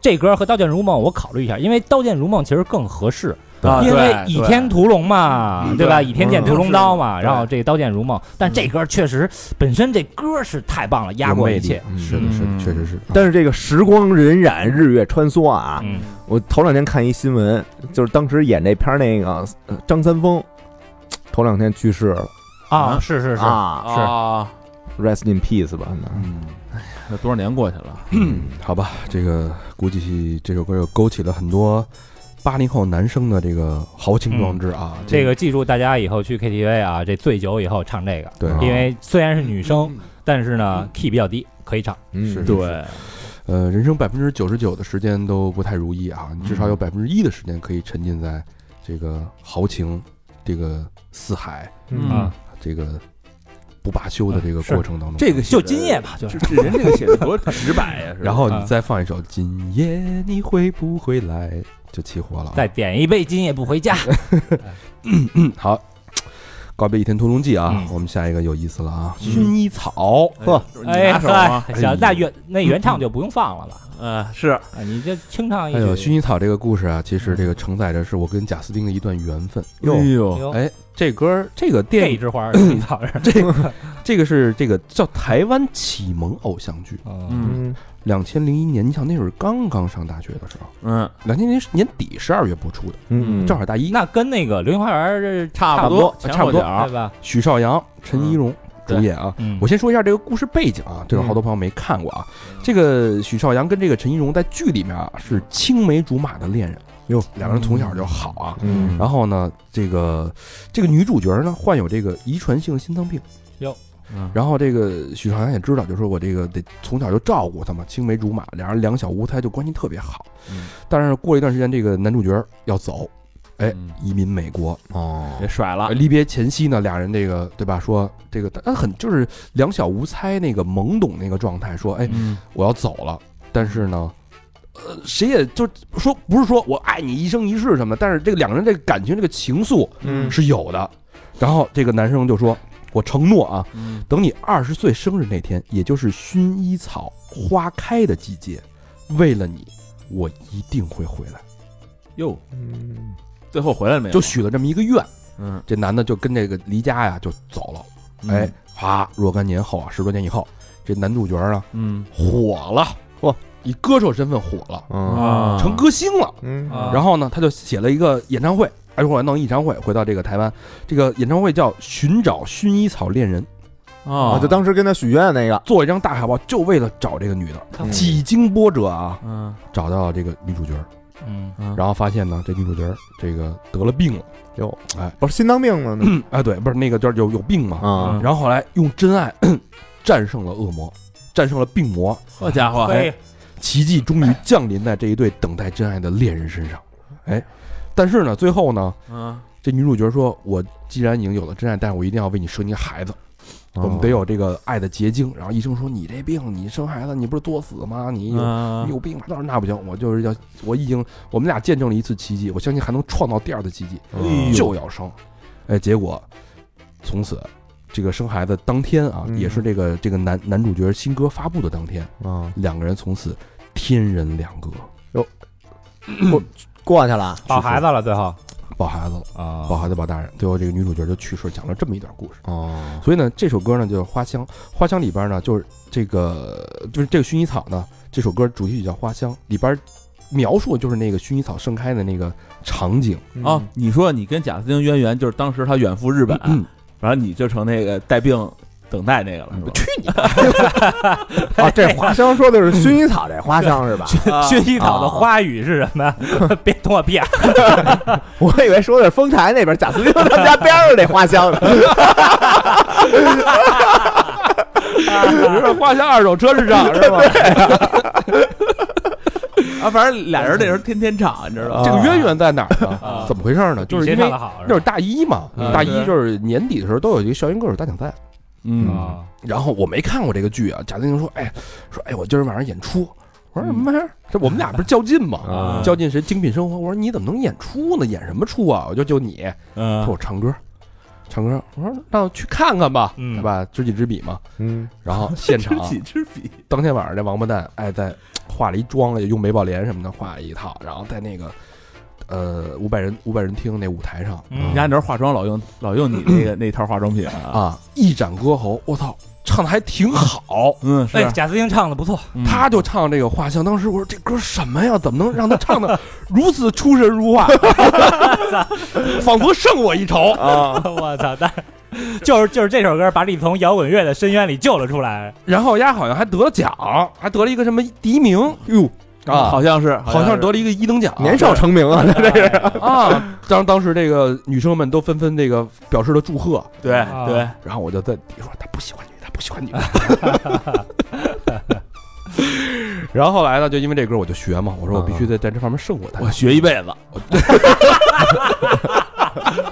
这歌和《刀剑如梦》，我考虑一下，因为《刀剑如梦》其实更合适，啊因为对《倚天屠龙》嗯嘛，对吧？《倚天剑屠龙刀》嘛，嗯然后这《刀剑如梦》，但这歌确实本身这歌是太棒了，压有过魅一力切。是的，是的，嗯确实是。但是这个时光荏苒，日月穿梭啊，嗯，我头两天看一新闻，就是当时演这片儿那个呃张三丰，头两天去世了啊，啊是是是，啊啊， ，rest in peace 吧。嗯，那多少年过去了，好吧，这个估计这首歌又勾起了很多八零后男生的这个豪情壮志嗯啊，这个记住大家以后去 KTV 啊，这醉酒以后唱这个，对嗯因为虽然是女生，但是呢 key 比较低，可以唱。嗯是呃，人生百分之九十九的时间都不太如意啊，你至少有百分之一的时间可以沉浸在这个豪情、这个四海、啊，这个不罢休的这个过程当中。啊这个就今夜吧，就是这人这个写的多直白呀！是吧然后你再放一首《今夜你会不会来》，就起火了啊。再点一杯，今夜不回家。哎嗯好，告别《倚天屠龙记》啊，我们下一个有意思了啊，薰衣草，呵，就是你嗯哎，拿手啊啊吗？嗨小那原那原唱就不用放了吧？嗯，是啊你这清唱一还有哎薰曲。衣草这个故事啊，其实这个承载着是我跟贾斯汀的一段缘分。嗯哟哟哎，这歌儿这个电这一影，枝 花儿，薰衣草是。这个这个是这个叫台湾启蒙偶像剧，嗯嗯嗯两千零一年，你想那会儿刚刚上大学的时候，嗯，两千年年底十二月播出的，嗯，正好大一，那跟那个《流星花园》这差差不多，多，差不多对吧？许绍洋、陈怡蓉主对演啊。嗯我先说一下这个故事背景啊，嗯这个好多朋友没看过啊。这个许绍洋跟这个陈怡蓉在剧里面啊是青梅竹马的恋人，哟，两个人从小就好啊。嗯，然后呢，这个这个女主角呢患有这个遗传性心脏病，哟嗯然后这个许绍洋也知道，就说我这个得从小就照顾她嘛，青梅竹马，俩人两小无猜，就关系特别好。嗯但是过了一段时间，这个男主角要走，哎嗯，移民美国。哦给，甩了呃，离别前夕呢，俩人这个对吧？说这个他很就是两小无猜那个懵懂那个状态，说哎，嗯我要走了，但是呢。呃，谁也就说不是说我爱你一生一世什么的，但是这个两个人这个感情这个情愫，嗯是有的。然后这个男生就说：“我承诺啊，嗯等你二十岁生日那天，也就是薰衣草花开的季节，为了你，我一定会回来。哟，嗯最后回来了没”有？就许了这么一个愿。嗯，这男的就跟这个离家呀就走了。嗯哎，，哗，若干年后啊，十多年以后，这男主角呢嗯火了，嚯，以歌手身份火了，啊啊，成歌星了。嗯啊然后呢，他就写了一个演唱会，哎，后来弄演唱会，回到这个台湾，这个演唱会叫《寻找薰衣草恋人》。啊，啊就当时跟他许愿那个，做一张大海报，就为了找这个女的。嗯几经波折啊，嗯找到这个女主角，嗯，然后发现呢，这女主角这个得了病了，哟，哎，不是心脏病了呢 嗯，哎，对，不是那个就是有有病嘛。啊，然后后来用真爱 战胜了恶魔，战胜了病魔，好家伙，哎哎嘿，奇迹终于降临在这一对等待真爱的恋人身上。哎，但是呢，最后呢，嗯，这女主角说：“我既然已经有了真爱，但是我一定要为你生一个孩子。”我们得有这个爱的结晶，然后医生说你这病，你生孩子，你不是作死吗？你有你啊嗯有病吧？当然那不行，我就是要，我已经，我们俩见证了一次奇迹，我相信还能创造第二次奇迹，嗯就要生。哎，结果从此，这个生孩子当天啊，嗯也是这个这个男男主角新歌发布的当天，啊，两个人从此天人两隔，过去了，抱孩子了，最后抱孩子了，啊抱孩子抱大人，最后这个女主角就去世，讲了这么一段故事。哦，所以呢，这首歌呢就是《花香》，《花香》里边呢就是这个就是这个薰衣草呢，这首歌主题曲叫《花香》，里边描述的就是那个薰衣草盛开的那个场景。哦，你说你跟贾斯汀渊源就是当时他远赴啊日本，嗯完了你就成那个带病等待那个哎了，是吧？ 啊，这花香说的是薰衣草这花香是吧？薰衣草的花语是什 么？别捅我屁啊眼！我以为说的是丰台那边贾斯汀他们家边上那花香呢。你说花香二手车市场是吧？啊，反正俩人那时候天天吵，你知道这吗？个渊源在哪儿呢啊？怎么回事呢？就是因唱为的好，那是大一嘛，嗯大一就是年底的时候都有一个校园歌手大奖赛。嗯，啊，然后我没看过这个剧啊，贾斯汀说：“哎，说哎，我今儿晚上演出。”我说什么玩意儿？这我们俩不是较劲吗嗯啊？较劲谁精品生活？我说你怎么能演出呢？演什么出啊？我就就你，嗯说我唱歌，唱歌。我说那我去看看吧，嗯对吧？知己知彼嘛。嗯，然后现场 知己知彼，当天晚上这王八蛋哎在化了一妆，也用美宝莲什么的化了一套，然后在那个呃五百人五百人厅那舞台上嗯人家那时候化妆老用老用你那个那套化妆品啊，啊一展歌喉，我操，唱的还挺好。嗯，是哎，贾斯汀唱的不错， 嗯他就唱这个画像，当时我说这歌什么呀？怎么能让他唱 的如此出神入化， 仿佛胜我一筹。啊，我操！但是就是就是这首歌把你从摇滚乐的深渊里救了出来，然后丫好像还得了奖，还得了一个什么第一名，哟，啊好像是，好像是得了一个一等奖，年少成名啊， 这这是啊！当当时这个女生们都纷纷这个表示了祝贺，对啊对，然后我就在底下说他不喜欢你，他不喜欢你。 然后后来呢，就因为这歌我就学嘛，我说我必须得在这方面胜过他。我学一辈子，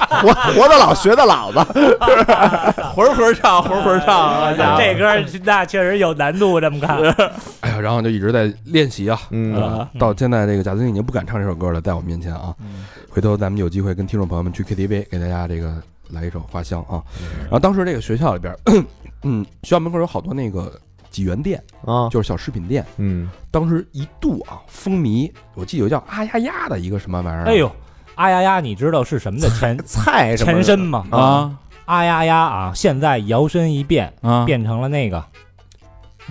活活到老学到老吧。魂魂唱，魂魂唱啊！家伙这歌儿那确实有难度，这么看。哎呀，然后就一直在练习啊，嗯，啊到现在这个贾斯汀已经不敢唱这首歌了，在我面前啊。嗯回头咱们有机会跟听众朋友们去 KTV 给大家这个来一首《花香》啊。嗯然后当时这个学校里边儿， 嗯，学校门口有好多那个几元店，啊，就是小食品店。嗯，当时一度啊风靡，我记得有叫啊呀呀的一个什么玩意儿，哎，呦，啊呀呀，你知道是什么的前菜什么的前身吗？啊啊呀呀啊！现在摇身一变，啊变成了那个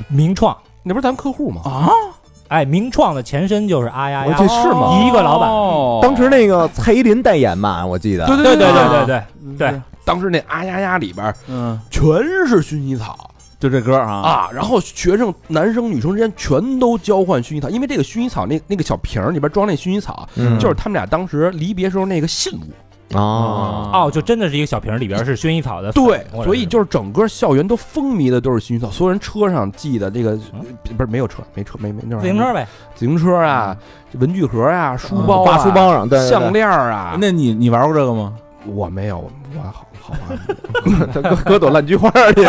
名创。那不是咱们客户吗？啊！哎，名创的前身就是啊呀我呀这，是吗？一个老板板当时那个蔡依林代言嘛，我记得。哦对对对啊对对对，对，当时那啊呀呀里边嗯，全是薰衣草就这歌啊啊，然后学生男生女生之间全都交换薰衣草，因为这个薰衣草那那个小瓶儿里边装那薰衣草，嗯，就是他们俩当时离别时候那个信物。啊，哦，就真的是一个小瓶儿，里边是薰衣草的粉，对，或者所以就是整个校园都风靡的都是薰衣草，所有人车上系的这个嗯不是没有车，没车没没那玩意儿自行车呗。自行车啊，文具盒啊，书包啊嗯挂书包上，对，对 项，链儿啊，那你你玩过这个吗？我没有，我我好好玩。 对搁搁朵烂菊花里。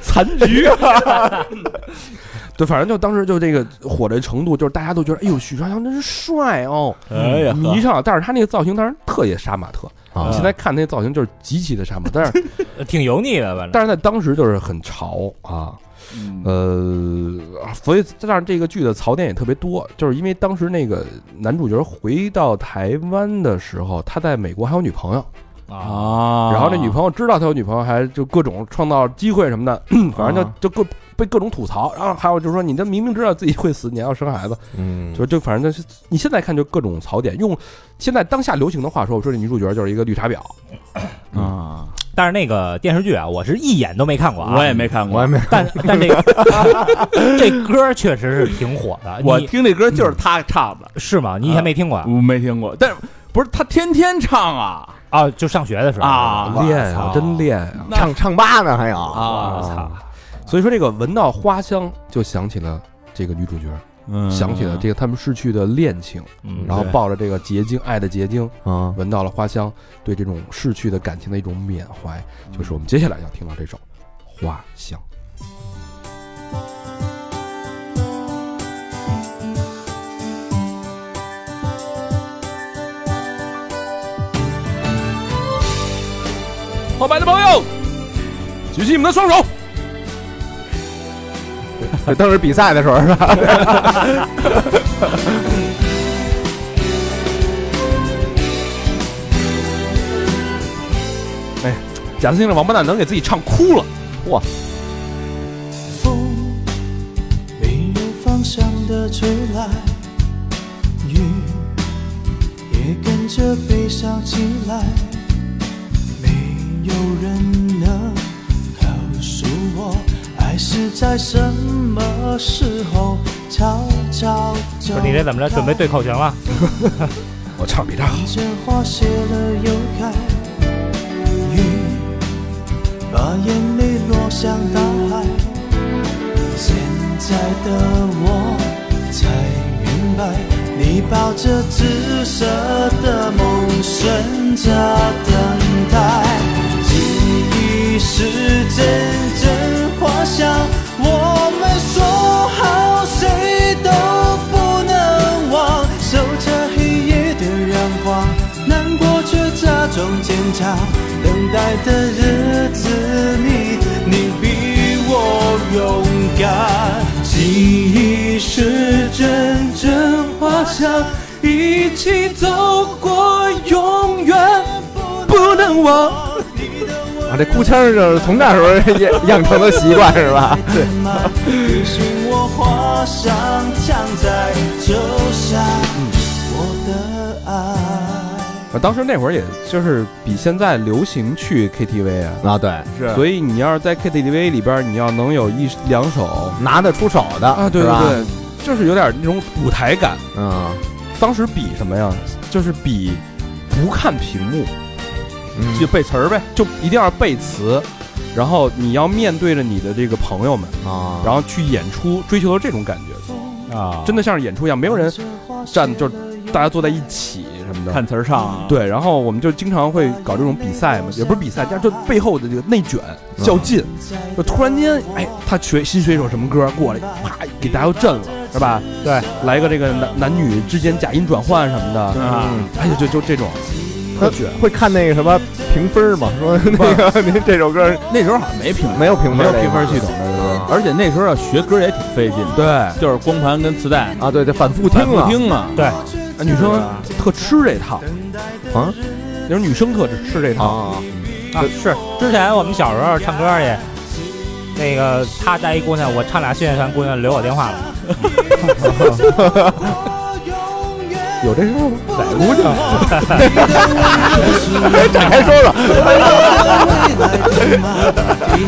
残局啊！对，反正就当时就这个火的程度，就是大家都觉得，哎呦，许绍洋真是帅哦，哎呀迷上了。但是他那个造型当然特别杀马特，啊你现在看那造型就是极其的杀马特，但是挺油腻的，反正但是在当时就是很潮啊，呃，所以但是这个剧的槽点也特别多，就是因为当时那个男主角回到台湾的时候，他在美国还有女朋友。啊，啊，然后这女朋友知道他有女朋友，还就各种创造机会什么的，反正就就各被各种吐槽。然后还有就是说，你这明明知道自己会死，你还要生孩子，嗯，就就反正就是你现在看就各种槽点。用现在当下流行的话说，我说这女主角就是一个绿茶婊。啊，嗯但是那个电视剧啊，我是一眼都没看过啊，我也没看我过还，没但但这个这歌儿确实是挺火的，我呃你听这歌就是他唱的，是吗？你以前没听过啊我没听过，但是不是他天天唱啊啊？就上学的时候啊练我啊，操真练啊！那唱唱吧呢，还有啊我操！所以说这个闻到花香就想起了。这个女主角嗯想起了这个他们逝去的恋情，嗯，然后对抱着这个结晶爱的结晶，啊，闻到了花香，对这种逝去的感情的一种缅怀，就是我们接下来要听到这首《花香》。后排的朋友，举起你们的双手。就当时比赛的时候是吧？贾斯汀的王八蛋能给自己唱哭了，风没有方向的吹来，雨也跟着悲伤起来。没有人能告诉我，爱是在什么时候悄悄不走是你这怎么着？准备对口型了？我唱比他好。这花谢了又开，雨把眼泪落向大海。现在的我才明白，你抱着紫色的梦，选择等待。记忆是阵阵花香，我们说好谁都不能忘，守着黑夜的阳光，难过却假装坚强，等待的日子里，你比我勇敢。记忆是阵阵花香，一起走过，永远不能忘。你的吻啊，这哭腔儿就是从那时候也养成的习惯是 吧？对，你是我花香强在就下我的爱。啊，当时那会儿也就是比现在流行去 KTV 啊，啊，对，是所以你要是在 KTV 里边儿，你要能有一两首拿得出手的啊啊，对是对吧对，就是有点那种舞台感。嗯，当时比什么呀？就是比不看屏幕，嗯就背词儿呗，就一定要背词，然后你要面对着你的这个朋友们，啊，然后去演出，追求这种感觉，啊，真的像是演出一样，没有人站，就是大家坐在一起什么的。看词儿唱，，啊对，然后我们就经常会搞这种比赛嘛，也不是比赛，但是就背后的这个内卷、较劲，就突然间，哎，他学新学一首什么歌过来，啪给大家又震了，是吧？对，来个这个男男女之间假音转换什么的，啊，哎呀，就就这种，特卷，会看那个什么评分吗？说那个您这首歌那时候好像没评没有评分，没有评分系统，啊而且那时候要学歌也挺费劲的，对。就是光盘跟磁带，啊，对，这反复听反复啊，听啊，对，女生特吃这套，啊，就是女生特吃这套。啊，啊，是之前我们小时候唱歌去，那个他带一姑娘，我唱俩训练团姑娘留我电话了，有这事儿吗？哪个姑娘？展开说说，是不是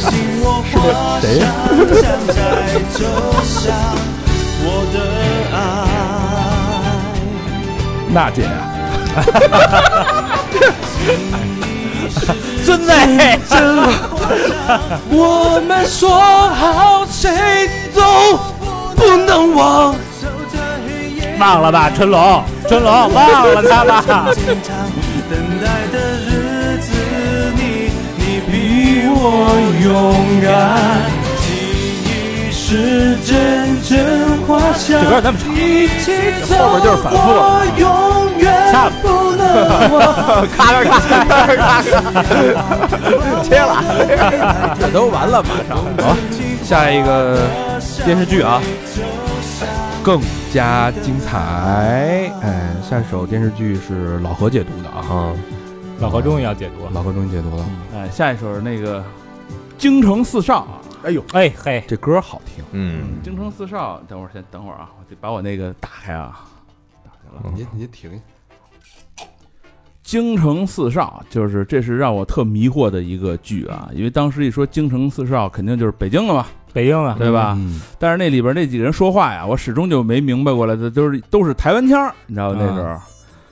谁呀？我的爱娜姐啊，孙子，我们说好谁都不能忘。 忘了吧，春龙，春龙，忘了啊他吧。等待的日子里，你比我勇敢。记忆是阵阵花香，这歌那么长，一起走后边就是反复过永远下不能忘。咔咔咔咔咔咔，切了。这都完了，马上下一个电视剧啊，更加精彩。哎，下一首电视剧是老何解读的啊，啊，老何终于要解读了，老何终于解读了。 哎，下一首是那个《京城四少》啊，哎嘿，这歌好听，嗯，京城四少，等会儿先等会儿啊，我得把我那个打开啊。打开了。你你停，京城四少就是这是让我特迷惑的一个剧啊，因为当时一说京城四少，肯定就是北京了嘛，北京啊，对吧？嗯但是那里边那几个人说话呀，我始终就没明白过来的，就是都是台湾腔儿，你知道吗那时嗯候，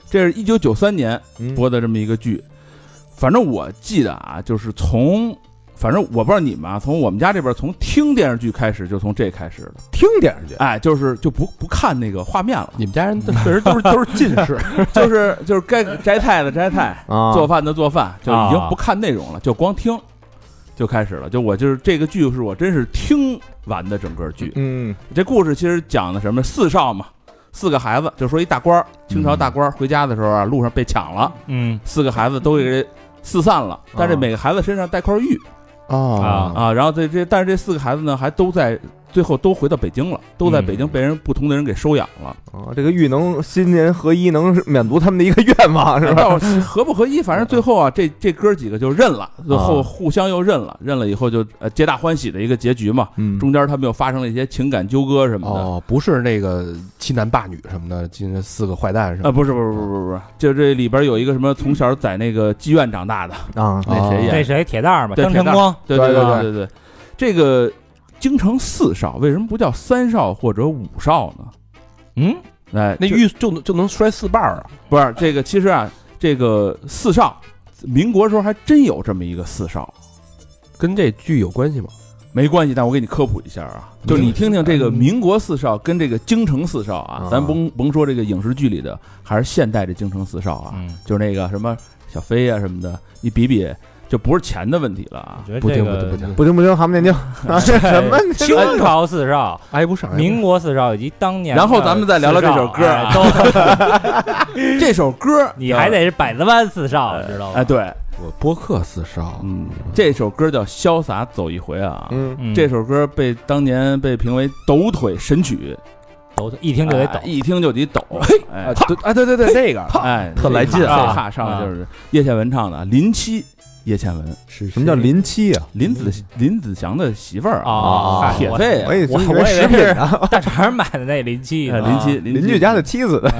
这是一九九三年播的这么一个剧，反正我记得啊，就是从。反正我不知道你们啊，从我们家这边从听电视剧开始，就从这开始了。听电视剧，哎，就是就不不看那个画面了，你们家人都确实都是都是近视，就是就是该摘菜的摘菜，啊做饭的做饭，就已经啊不看内容了，就光听，就开始了。就我就是这个剧是我真是听完的整个剧。嗯这故事其实讲的什么？四少嘛，四个孩子，就说一大官儿，清朝大官儿回家的时候啊，路上被抢了，嗯四个孩子都给四散了，但是啊每个孩子身上带块玉啊啊，然后这这但是这四个孩子呢，还都在最后都回到北京了，都在嗯北京被人不同的人给收养了。啊，这个玉能新年合一，能是满足他们的一个愿望是哎吧？到底合不合一，反正最后啊，这这哥几个就认了，最后啊互相又认了，认了以后就呃皆大欢喜的一个结局嘛。嗯中间他们又发生了一些情感纠葛什么的。 哦，不是那个欺男霸女什么的，今天四个坏蛋是啊，吧？不是不是不是不是不是，就这里边有一个什么从小在那个妓院长大的，啊那谁那演？谁铁蛋儿嘛，对张晨铁蛋儿光，对对对对对对，这个京城四少为什么不叫三少或者五少呢？嗯，哎，那这玉就能就能摔四瓣儿啊！不是这个，其实啊，这个四少，民国时候还真有这么一个四少，跟这剧有关系吗？没关系，但我给你科普一下啊，就是你听听这嗯个民国四少跟这个京城四少啊，啊咱甭甭说这个影视剧里的，还是现代这京城四少啊，嗯就是那个什么小飞啊什么的，你比比，就不是钱的问题了啊 我。觉得不这听不听哎个不听，不听不听，蛤蟆念经啊，这 什么 哎？清朝四少、挨哎不上。挨不上民国四少以及当年的然后咱们再聊聊这首歌啊四少哎都这首歌你还得是百子湾四少，知道吗？哎，对，我播客四少，嗯，这首歌叫《潇洒走一回》啊。嗯嗯这首歌被当年被评为抖腿神曲，抖一听就得抖哎，一听就得抖，啊哎 对啊对对对，那个哎，特来劲这啊哈上就是叶倩文唱的《林七》，叶倩文，是什么叫临期啊？林子林子祥的媳妇儿嗯啊铁肺啊我也我以我以为为食品啊，大肠买的那临期哎啊的林七邻居家的妻子的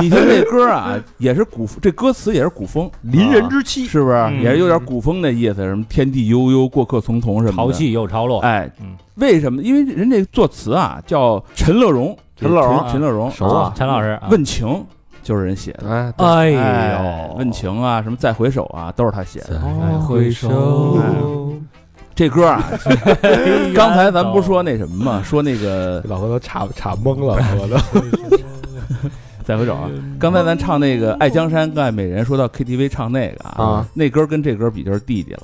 你听这歌啊，也是古这歌词也是 古风，啊邻人之妻，是不是？嗯也是有点古风的意思，什么天地悠悠，过客从从什么的。潮气又潮落，哎嗯，为什么？因为人这作词啊叫陈乐融，陈乐融陈陈乐融熟啊陈老师，啊问情就是人写的。哎，哎哎呦，问情啊，什么再回首啊，都是他写的。再回首哎哦这 歌啊，哎刚才咱们不是说那什么吗？说那个老何都差差懵了，我都再回首啊，刚才咱唱那个《爱江山更爱美人》，说到 KTV 唱那个啊，那歌跟这歌比就是弟弟了。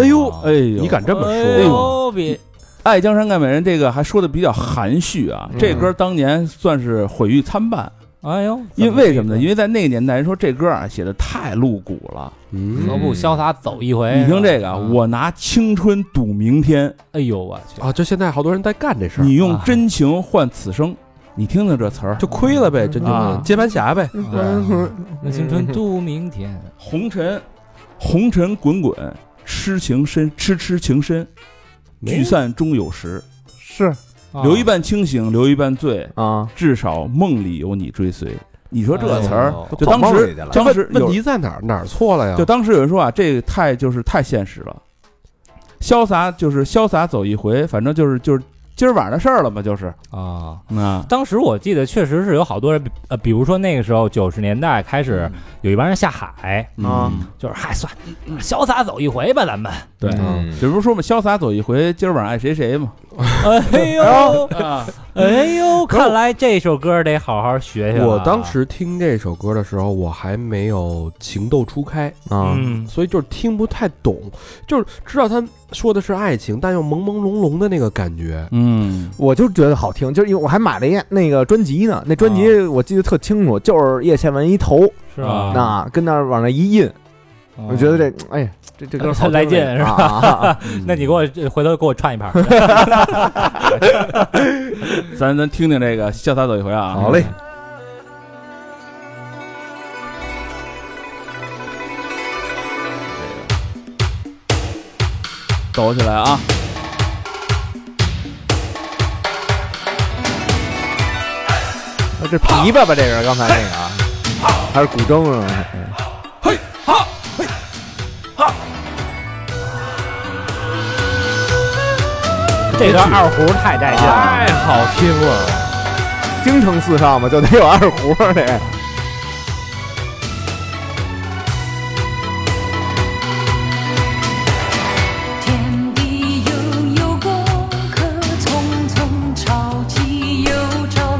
哎呦，啊哎呦，你敢这么哎说？呦，比《爱江山更爱美人》这个还说的比较含蓄啊，嗯这歌当年算是毁誉参半，哎呦，因为为什么呢？因为为在那个年代，人说这歌啊写的太露骨了。嗯何不潇洒走一回？你听这个啊，嗯我拿青春赌明天，哎呦我去，啊，就现在好多人在干这事儿，你用真情换此生，你听听这词儿，就亏了呗，这啊就接盘侠呗。让啊青嗯春度明天，红尘，红尘滚滚，痴情深，痴痴情深，聚散终有时，是啊留一半清醒，留一半醉，啊，至少梦里有你追随。你说这词儿，哦哎呦就当跑梦里时去了当时问问有题在哪儿？哪儿错了呀？就当时有人说啊，这个太就是太现实了，潇洒就是潇洒走一回，反正就是就是今儿晚上的事儿了嘛，就是啊。啊，当时我记得确实是有好多人，呃，比如说那个时候九十年代开始，有一帮人下海，啊嗯，就是嗨，算嗯潇洒走一回吧，咱们。对，嗯这不是说嘛，潇洒走一回，今儿晚上爱谁谁嘛，哎呦，啊，哎呦，看来这首歌得好好学学了啊。我当时听这首歌的时候，我还没有情窦初开，啊，嗯，所以就是听不太懂，就是知道他说的是爱情，但又朦朦胧胧的那个感觉。嗯，我就觉得好听，就是因为我还买了一那个专辑呢，那专辑啊我记得特清楚，就是叶倩文一头，是吧？那跟那儿往那一印，我觉得这，哎呀，这这歌好哦 听来劲是吧啊啊啊嗯那你给我这回头给我串一盘儿，咱咱听听这个潇洒走一回 啊，好嘞，抖起来啊，这琵琶吧，这是刚才那个啊，还是古筝啊？哎这段二胡太带劲了。好听了，京城四少嘛，就得有二胡儿得。天地悠悠，过客匆匆，潮起又潮落。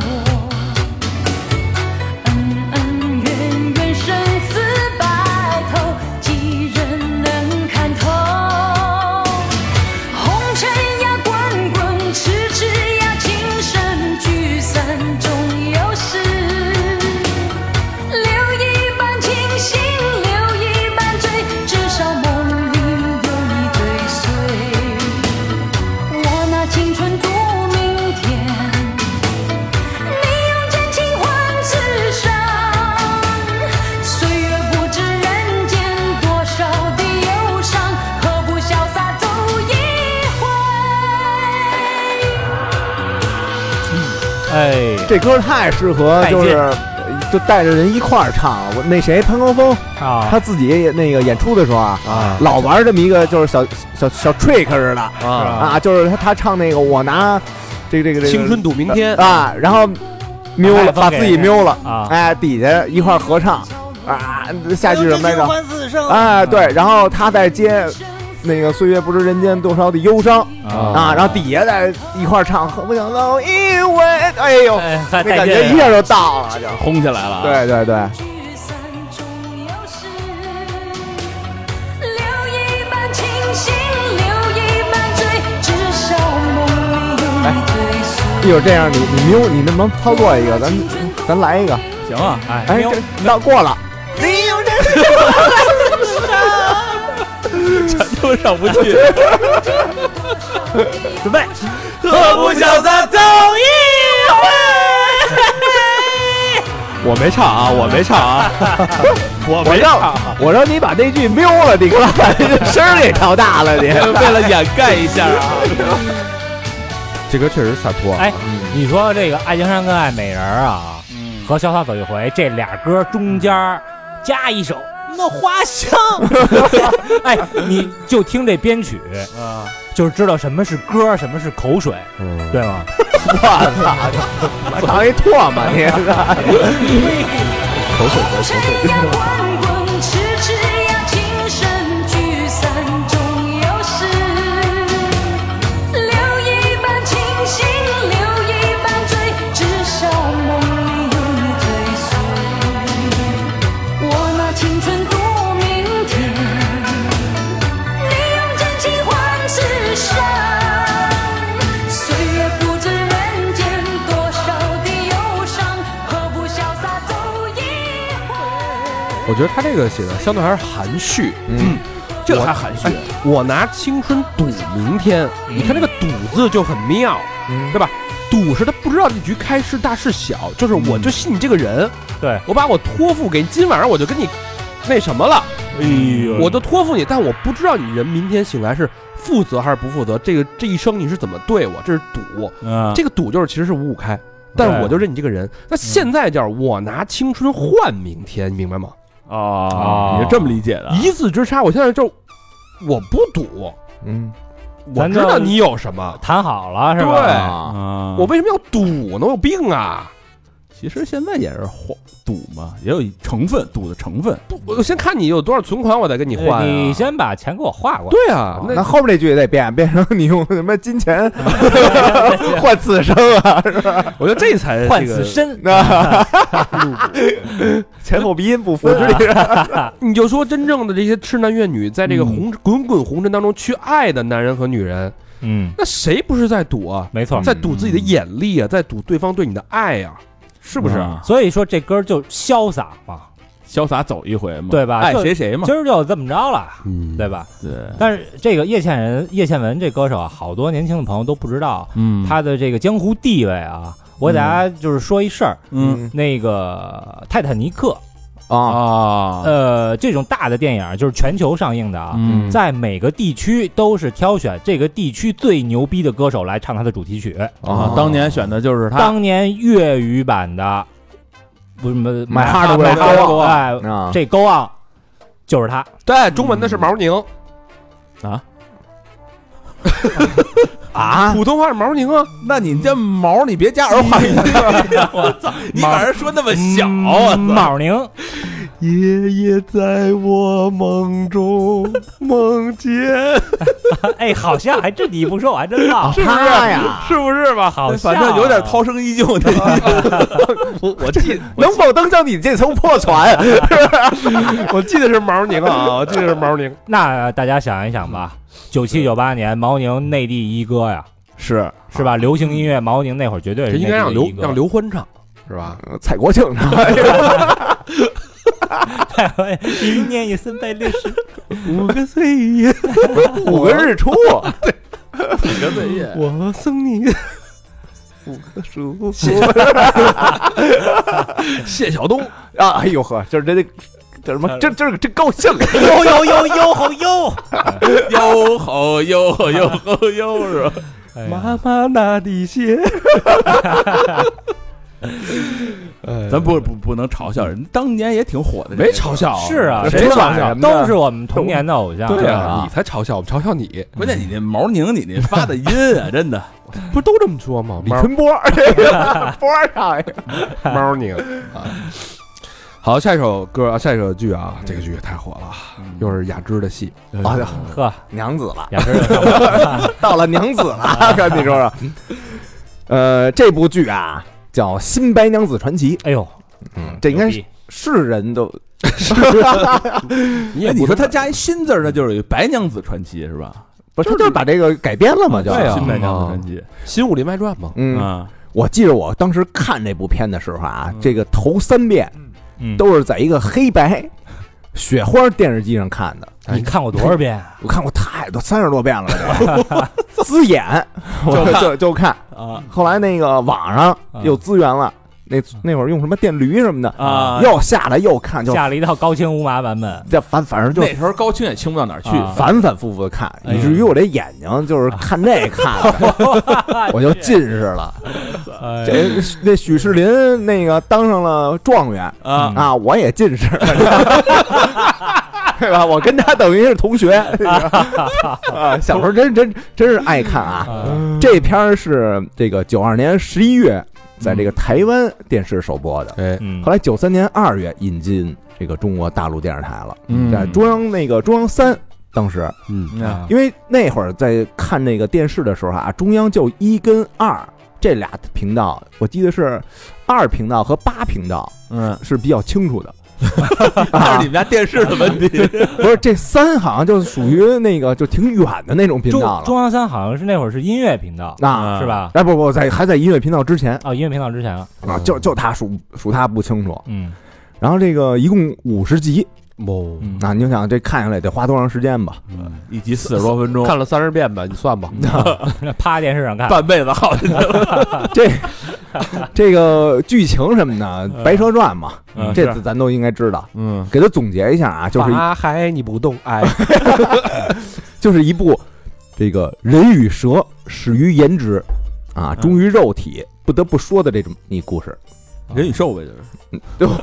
恩恩怨怨，生死白头，几人能看透？红尘呀，滚滚；痴痴呀，情深。聚散终有时。留一半清醒，留一半醉，至少梦里有你追随。我拿青春赌明天，你用真情换此生。岁月不知人间多少的忧伤，何不潇洒走一回？哎，这歌太适合，就是带就带着人一块儿唱。我那谁潘高峰，啊，他自己也那个演出的时候啊，啊老玩这么一个就是小小小 trick 似的啊，就是他他唱那个我拿这个这个这个青春赌明天，啊，然后瞄了，把麦克风把给自己瞄了啊哎，底下一块儿合唱啊，下句什么来着？哎，对，然后他再接那个岁月不知人间多少的忧伤啊，然后底下再一块儿唱，何不想走一回？哎呦，哎，还那带感劲觉一下就到了，就轰起来了，，对对对。聚散终有时，留一半清醒，留一半醉，至少梦里有你追随。一会儿这样，你你瞄，你能不能操作一个？咱咱来一个。行啊，哎，哎，喵这到过了。你有这都上不去，准备，何不潇洒走一回？我没唱啊，我没唱啊，我我让我让你把那句溜了，你给我把这声儿给调大了，你为了掩盖一下啊，这歌确实洒脱啊。哎，你说这个《爱情山》跟《爱美人》啊，和《潇洒走一回》这俩歌中间儿加一首那花香，哎，你就听这编曲，啊，就是知道什么是歌，什么是口水，嗯对吗？ 当一唾沫，你水呀滚滚，痴痴呀情深，聚散终有时。留一半清醒，留一半醉，至少梦里有你追随。我拿青春赌明天，你用真情换此生。岁月不知人间多少的忧伤，何不潇洒走一回？我觉得他这个写的相对还是含蓄，嗯，这还含蓄哎，我拿青春赌明天，你看这个“赌”字就很妙，对吧？赌是他不知道这局开是大是小，就是我就信你这个人，对我把我托付给你，今晚上我就跟你那什么了，哎呦我都托付你，但我不知道你人明天醒来是负责还是不负责，这个这一生你是怎么对我，这是赌，啊，这个赌就是其实是五五开，但嗯对嗯我就认你这个人。那现在叫我拿青春换明天，你明白吗？啊哦，你是这么理解的？一字之差，我现在就我不赌，嗯，我知道你有什么，谈好了是对吧？啊，嗯啊，我为什么要赌呢？我有病啊！其实现在也是花赌嘛，也有一成分赌的成分。不，我先看你有多少存款，我再跟你换、啊。哎你先哦把钱给我划过来。对啊，那那后面那句也得变，变成你用什么金钱换此生啊，是吧？我觉得这才换这个此身，那前后鼻音不分，你就说真正的这些痴男怨女，在这个红、滚滚红尘当中去爱的男人和女人，嗯，那谁不是在赌啊？没错。在赌自己的眼力啊，在赌对方对你的爱啊，是不是？啊所以说这歌就潇洒嘛，潇洒走一回嘛，对吧爱就谁谁嘛今，儿就这么着了，嗯对吧？对，但是这个叶倩人、叶倩文这歌手啊，好多年轻的朋友都不知道嗯她的这个江湖地位啊。我给大家就是说一事儿，嗯那个《泰坦尼克》，啊，啊，呃，这种大的电影就是全球上映的啊，嗯在每个地区都是挑选这个地区最牛逼的歌手来唱他的主题曲。啊，当年选的就是他，当年粤语版的，不是什么买哈哈德买买哈德德哎，啊，这勾啊，就是他。对，中文的是毛宁， 啊，普通话是毛宁啊。那你这毛你别加儿化音，我操，你把人说那么小，哦我操，嗯毛宁，夜夜在我梦中梦见，哎，好像还这你一不说我还真忘了，他呀，是不是吧？好像啊反正有点涛声依旧的，我记能否登上你这艘破船？ 我记得是毛宁啊，我记得是毛宁。那大家想一想吧，九七九八年毛宁内地一哥呀，是是吧？流行音乐毛宁那会儿绝对这是应该让内地的刘一哥让刘欢唱是吧？蔡国庆呢？一哎年有三百六十五个岁月，五个日出，啊几个罪业，我啊送你。谢晓东，啊，哎呦呵，就是这这这什么，这这这高兴，呦呦呦呦吼呦！哟吼哟吼哟吼哟 是吧？哎呀妈妈那的鞋。哎咱不不不能嘲笑人，当年也挺火的，没嘲笑，是啊，谁谁嘲玩意笑？儿都是我们童年的偶像。对啊啊，你才嘲笑我们，嘲笑你，关键你那毛宁，你那发的音 啊，真的，不都这么说吗？ 李猫春波，这个波上呀，猫拧啊。好，下一首歌啊，下一首剧啊，这个剧也太火了，又是雅芝的戏，哎呀呵，娘子了，雅 诗兰到了娘子了，赶紧说说。呃，这部剧啊叫《新白娘子传奇》，哎呦，这应该牛是逼是人都你哎，也你不说他加一新字儿，那就是有白娘子传奇是吧？不是，他就是把这个改编了嘛，就对啊新白娘子传奇《新武林外传》吗？嗯，啊，我记得我当时看这部片的时候啊，这个头三遍嗯都是在一个黑白雪花电视机上看的，你看过多少遍啊？我看过太多，三十多遍了，这资眼我就就看啊后来那个网上有资源了，那那会儿用什么电驴什么的啊又下来又 看，就下了一套高清无码版本，这反反正就那时候高清也清不到哪儿去，啊反反复复的看，哎呀以至于我这眼睛就是看这看的，我就近视了。哎这那呃许世林那个当上了状元啊啊，我也近视，对吧？我 跟他等于是同学。啊，小时候真真真是爱看啊！嗯这片儿是这个九二年十一月在这个台湾电视首播的，哎，嗯后来九三年二月引进这个中国大陆电视台了。嗯在中央那个中央三，当时嗯啊因为那会儿在看那个电视的时候啊，中央就一跟二这俩频道，我记得是二频道和八频道嗯，是比较清楚的。 啊那是你们家电视的问题。不是这三好像就属于那个就挺远的那种频中道了，中央三好像是那会儿是音乐频道，啊是吧？哎不不在还在音乐频道之前哦，音乐频道之前了，啊，就就他数数他不清楚。嗯，然后这个一共五十集哦，嗯啊，你就想这看下来得花多长时间吧？ 一集四十多分钟，看了三十遍吧，你算 吧。趴电视上看，半辈子耗进去 了。这这个剧情什么的，《白蛇传》嘛，嗯这是咱都应该知道。嗯给他总结一下啊，就是一法海你不动，哎，就是一部这个人与蛇始于颜值嗯啊，终于肉体，不得不说的这种一故 事。 人与兽呗，就是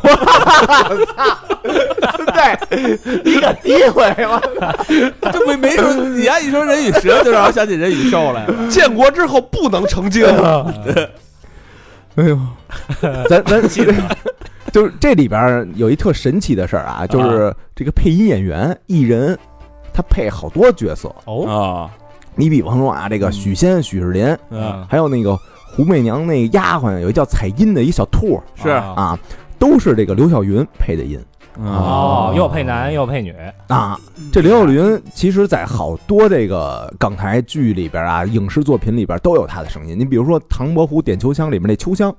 你敢诋毁吗？这没没说你丫一说人与蛇，就让我想起人与兽来 了。建国之后不能成精，啊嗯哎 呦，咱咱 就是这里边儿有一特神奇的事儿啊，就是这个配音演员一人他配好多角色。哦，啊，你比方说啊，这个许仙、许世林，嗯，还有那个胡媚娘那丫鬟，有一叫彩音的一小兔儿是啊啊，都是这个刘晓云配的音。啊哦，又配男又配女，啊，这刘晓云其实，在好多这个港台剧里边啊，影视作品里边都有她的声音。你比如说《唐伯虎点秋香》里面那秋香，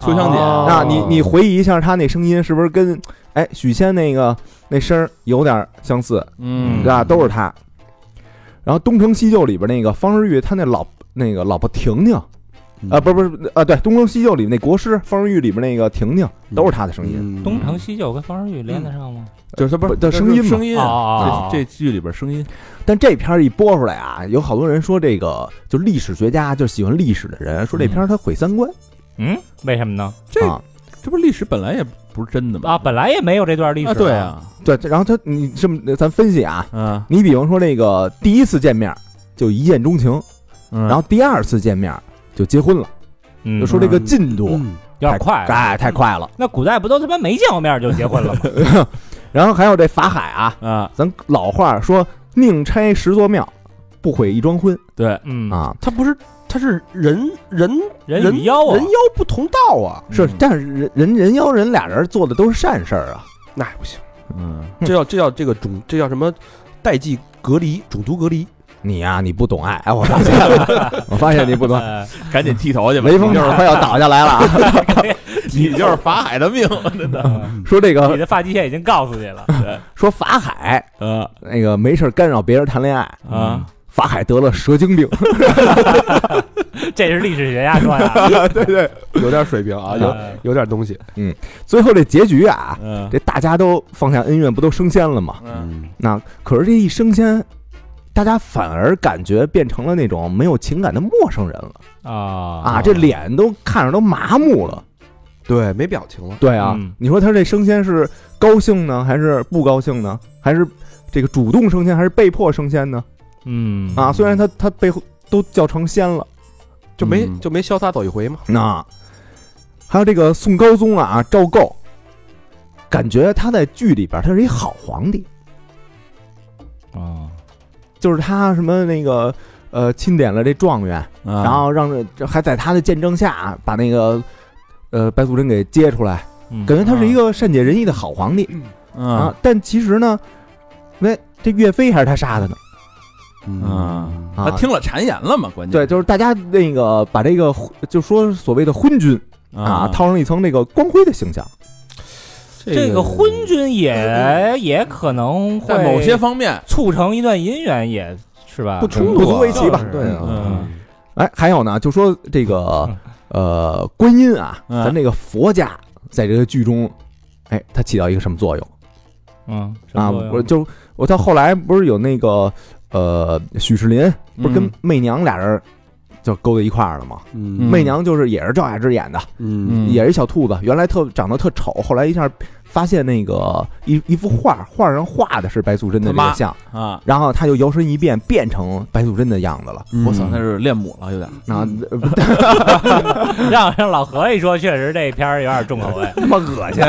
秋香姐哦啊，你你回忆一下她那声音，是不是跟哎许仙那个那声儿有点相似，嗯对吧？都是她。然后《东成西就》里边那个方世玉，他那老那个老婆婷婷，嗯啊，不是不是啊，对，《东成西就》里那国师方世玉里边那个婷婷，都是她的声音。嗯东成西就跟方世玉连得上吗？就是他不是不声音嘛声音哦哦哦嗯这这剧里边声音但这片儿一播出来啊，有好多人说这个就历史学家，就喜欢历史的人说这片儿它毁三观、嗯，为什么呢？这啊。这不是历史本来也不是真的吗？啊，本来也没有这段历史、啊，对，啊，对，然后他你这么咱分析啊，嗯你比方说这个第一次见面就一见钟情，嗯，然后第二次见面就结婚了，嗯，就说这个进度嗯有点快、啊。哎太快了。那古代不都他妈没见过面就结婚了吗？然后还有这法海 啊，啊，咱老话说宁拆十座庙，不毁一桩婚对，嗯，啊。他不是，他是人人人与妖啊人，妖不同道啊，是，嗯但是人人人妖人俩人做的都是善事儿啊，那也不行，嗯，这叫这叫这个种，这叫什么代际隔离，种族隔离，你呀、你不懂爱，哎，我发现 了，我发现你不懂爱，呃，赶紧剃头去吧，雷锋就是快要倒下来了啊。 你就是法海的 命，说这嗯你个，的发际线已经告诉你了。说法海呃那个没事儿干扰别人谈恋爱，啊，法海得了蛇精病，这是历史学家说的。 啊对对，有点水平啊，有呃有点东西，嗯最后这结局啊，嗯这大家都放下恩怨，不都升仙了吗？嗯，那可是这一升仙，大家反而感觉变成了那种没有情感的陌生人了啊啊，这脸都看着都麻木了。对，没表情了，对啊嗯，你说他这升仙是高兴呢，还是不高兴呢？还是这个主动升仙，还是被迫升仙呢？嗯啊，虽然他他背后都叫成仙了。就没嗯就没潇洒走一回嘛，那还有这个宋高宗啊，赵构，感觉他在剧里边他是一好皇帝，啊就是他什么那个呃钦点了这状元，然然后让这这还在他的见证下啊把那个呃白素贞给接出来，嗯感觉他是一个善解人意的好皇帝啊啊。但其实呢，那这岳飞还是他杀的呢嗯，啊他。听了谗言了嘛，关对，键就是大家那个把这个就说所谓的昏君对啊，套上一层那个光辉的形象。这个昏君也也可能会在某些方面，促成一段姻缘，也是吧？不冲不突啊足为奇吧对啊，嗯哎，还有呢，就说这个嗯，呃，观音啊，嗯咱这个佛家在这个剧中，哎，它起到一个什么作用嗯什么啊？作用我就我到后来不是有那个呃，许世林不是跟嗯媚娘俩人就勾在一块儿了吗？嗯媚娘就是也是赵雅芝演的，嗯也是一小兔子，原来特长得特丑，后来一下发现那个一一幅画，画上画的是白素贞的这他妈个像，啊，然后他就摇身一变变成白素贞的样子了。我操，那是恋母了，有点啊，让让老何一说，确实这片儿有点重口味。他妈恶 心，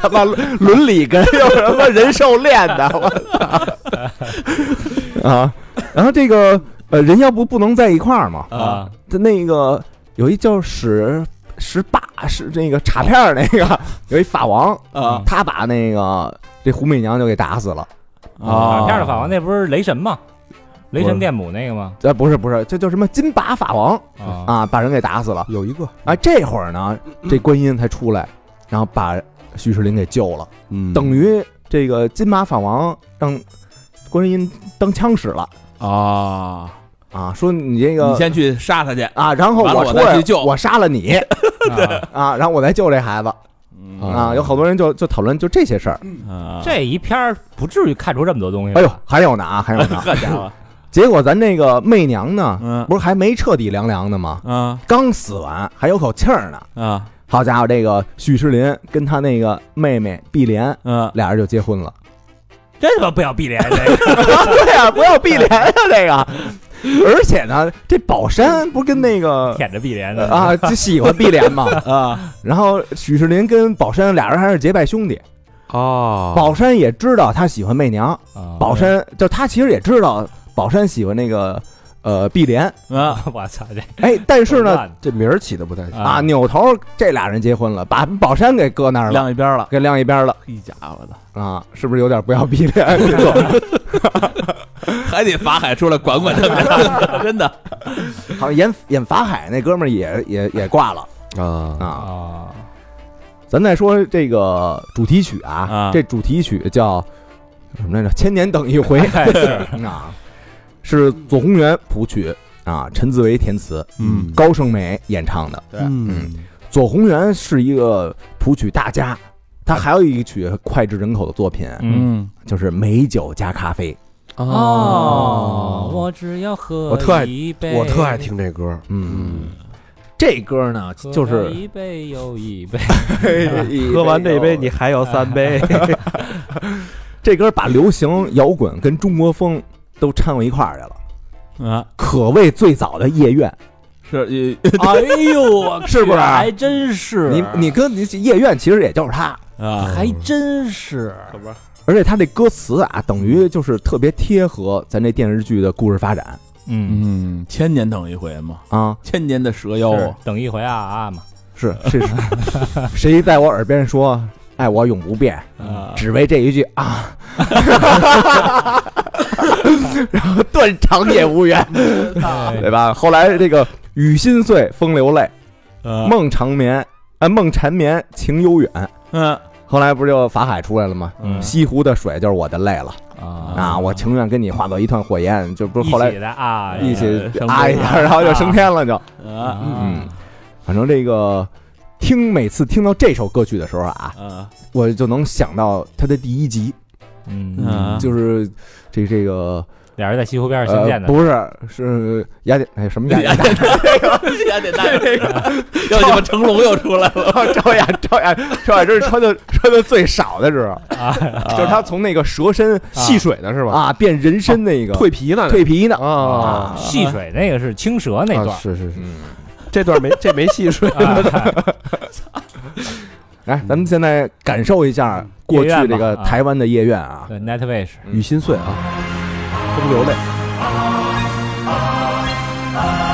他妈伦理跟又什么人兽恋的，我操！ 啊，然后这个呃，人妖不不能在一块儿嘛？啊，他那个有一叫史史霸是那个卡片儿那个，有一法王，啊他把那个这胡媚娘就给打死了。卡啊片的法王那不是雷神吗？雷神电母那个吗？呃，不是不是，这叫什么金拔法王啊啊，把人给打死了。有一个，啊，这会儿呢，这观音才出来，然后把徐世林给救了。嗯等于这个金马法王让观音当枪使了啊！啊，说你这你个先去杀他去啊，然后完了我出再来去救我杀了你啊啊，然后我再救这孩子啊，有好多人就就讨论就这些事儿。啊！这一片儿不至于看出这么多东西吧。哎呦，还有呢啊，还有 呢。这家伙，结果咱这个媚娘呢，嗯不是还没彻底凉凉的吗？啊刚死完还有口气儿呢。啊好家伙，这个许世林跟他那个妹妹碧莲啊！俩人就结婚了。这他妈不要闭脸这个对呀、啊不要 碧莲呀、这个。而且呢，这宝山不是跟那个舔着闭脸的啊，就喜欢碧莲嘛 啊。然后许世林跟宝山俩人还是结拜兄弟，啊，宝山也知道他喜欢媚娘，啊宝山就他其实也知道宝山喜欢那个呃碧莲，啊！ 我操这哎，但是呢乱这名儿起的不太行。啊，扭头这俩人结婚了，把宝山给搁那儿了，晾一边了，给晾一边了一家伙的，啊，是不是有点不要碧莲？这种还得法海出来管管他们， 真的 好像演演法海那哥们儿也也也挂了啊啊。啊咱再说这个主题曲啊，啊这主题曲叫什么来着？千年等一回，是 啊，是左宏元谱曲啊，陈自为填词，嗯高胜美演唱的。嗯左宏元是一个谱曲大家，他还有一曲脍炙人口的作品，嗯就是美酒加咖啡。哦，啊我只要喝我特爱一杯，我特爱听这歌，嗯，这歌呢，喝就是一杯又一杯， 喝完这杯，你还有三杯。这歌把流行摇滚跟中国风都掺和一块儿去了，啊！可谓最早的夜愿。是哎呦，我去是不是还真是啊你你跟你夜愿其实也就是他，啊还真是而且他这歌词啊，等于就是特别贴合咱这电视剧的故事发展嗯，嗯，千年等一回嘛，啊。千年的蛇妖是等一回啊啊嘛，是是是，谁在我耳边说“爱我永不变啊”，！只为这一句啊，然后断肠也无缘，哎对吧？后来这个雨心碎，风流泪，梦梦长眠，啊梦缠绵，情悠远。嗯啊后来不是就法海出来了吗？嗯西湖的水就是我的泪了啊！我情愿跟你化作一团火焰，就不是后来一起的啊，一起升啊一天下，然后就升天了就。啊嗯，反正这个听每次听到这首歌曲的时候啊，啊我就能想到它的第一集，嗯，啊！就是这这个俩人在西湖边上相呃见的，不是是雅典哎什么雅典娜雅典娜这个，又你们成龙又出来了，赵 雅赵雅赵雅芝穿的穿的最少的时候，就是她从那个蛇身戏水的是吧？啊变人身那个蜕皮呢？蜕皮呢啊，啊，戏水那个是青蛇那啊段，是是是，这段没这没戏说，啊来，咱们现在感受一下过去夜愿吧这个啊台湾的夜愿啊，对，Night Wish，雨心碎啊，风流泪。哎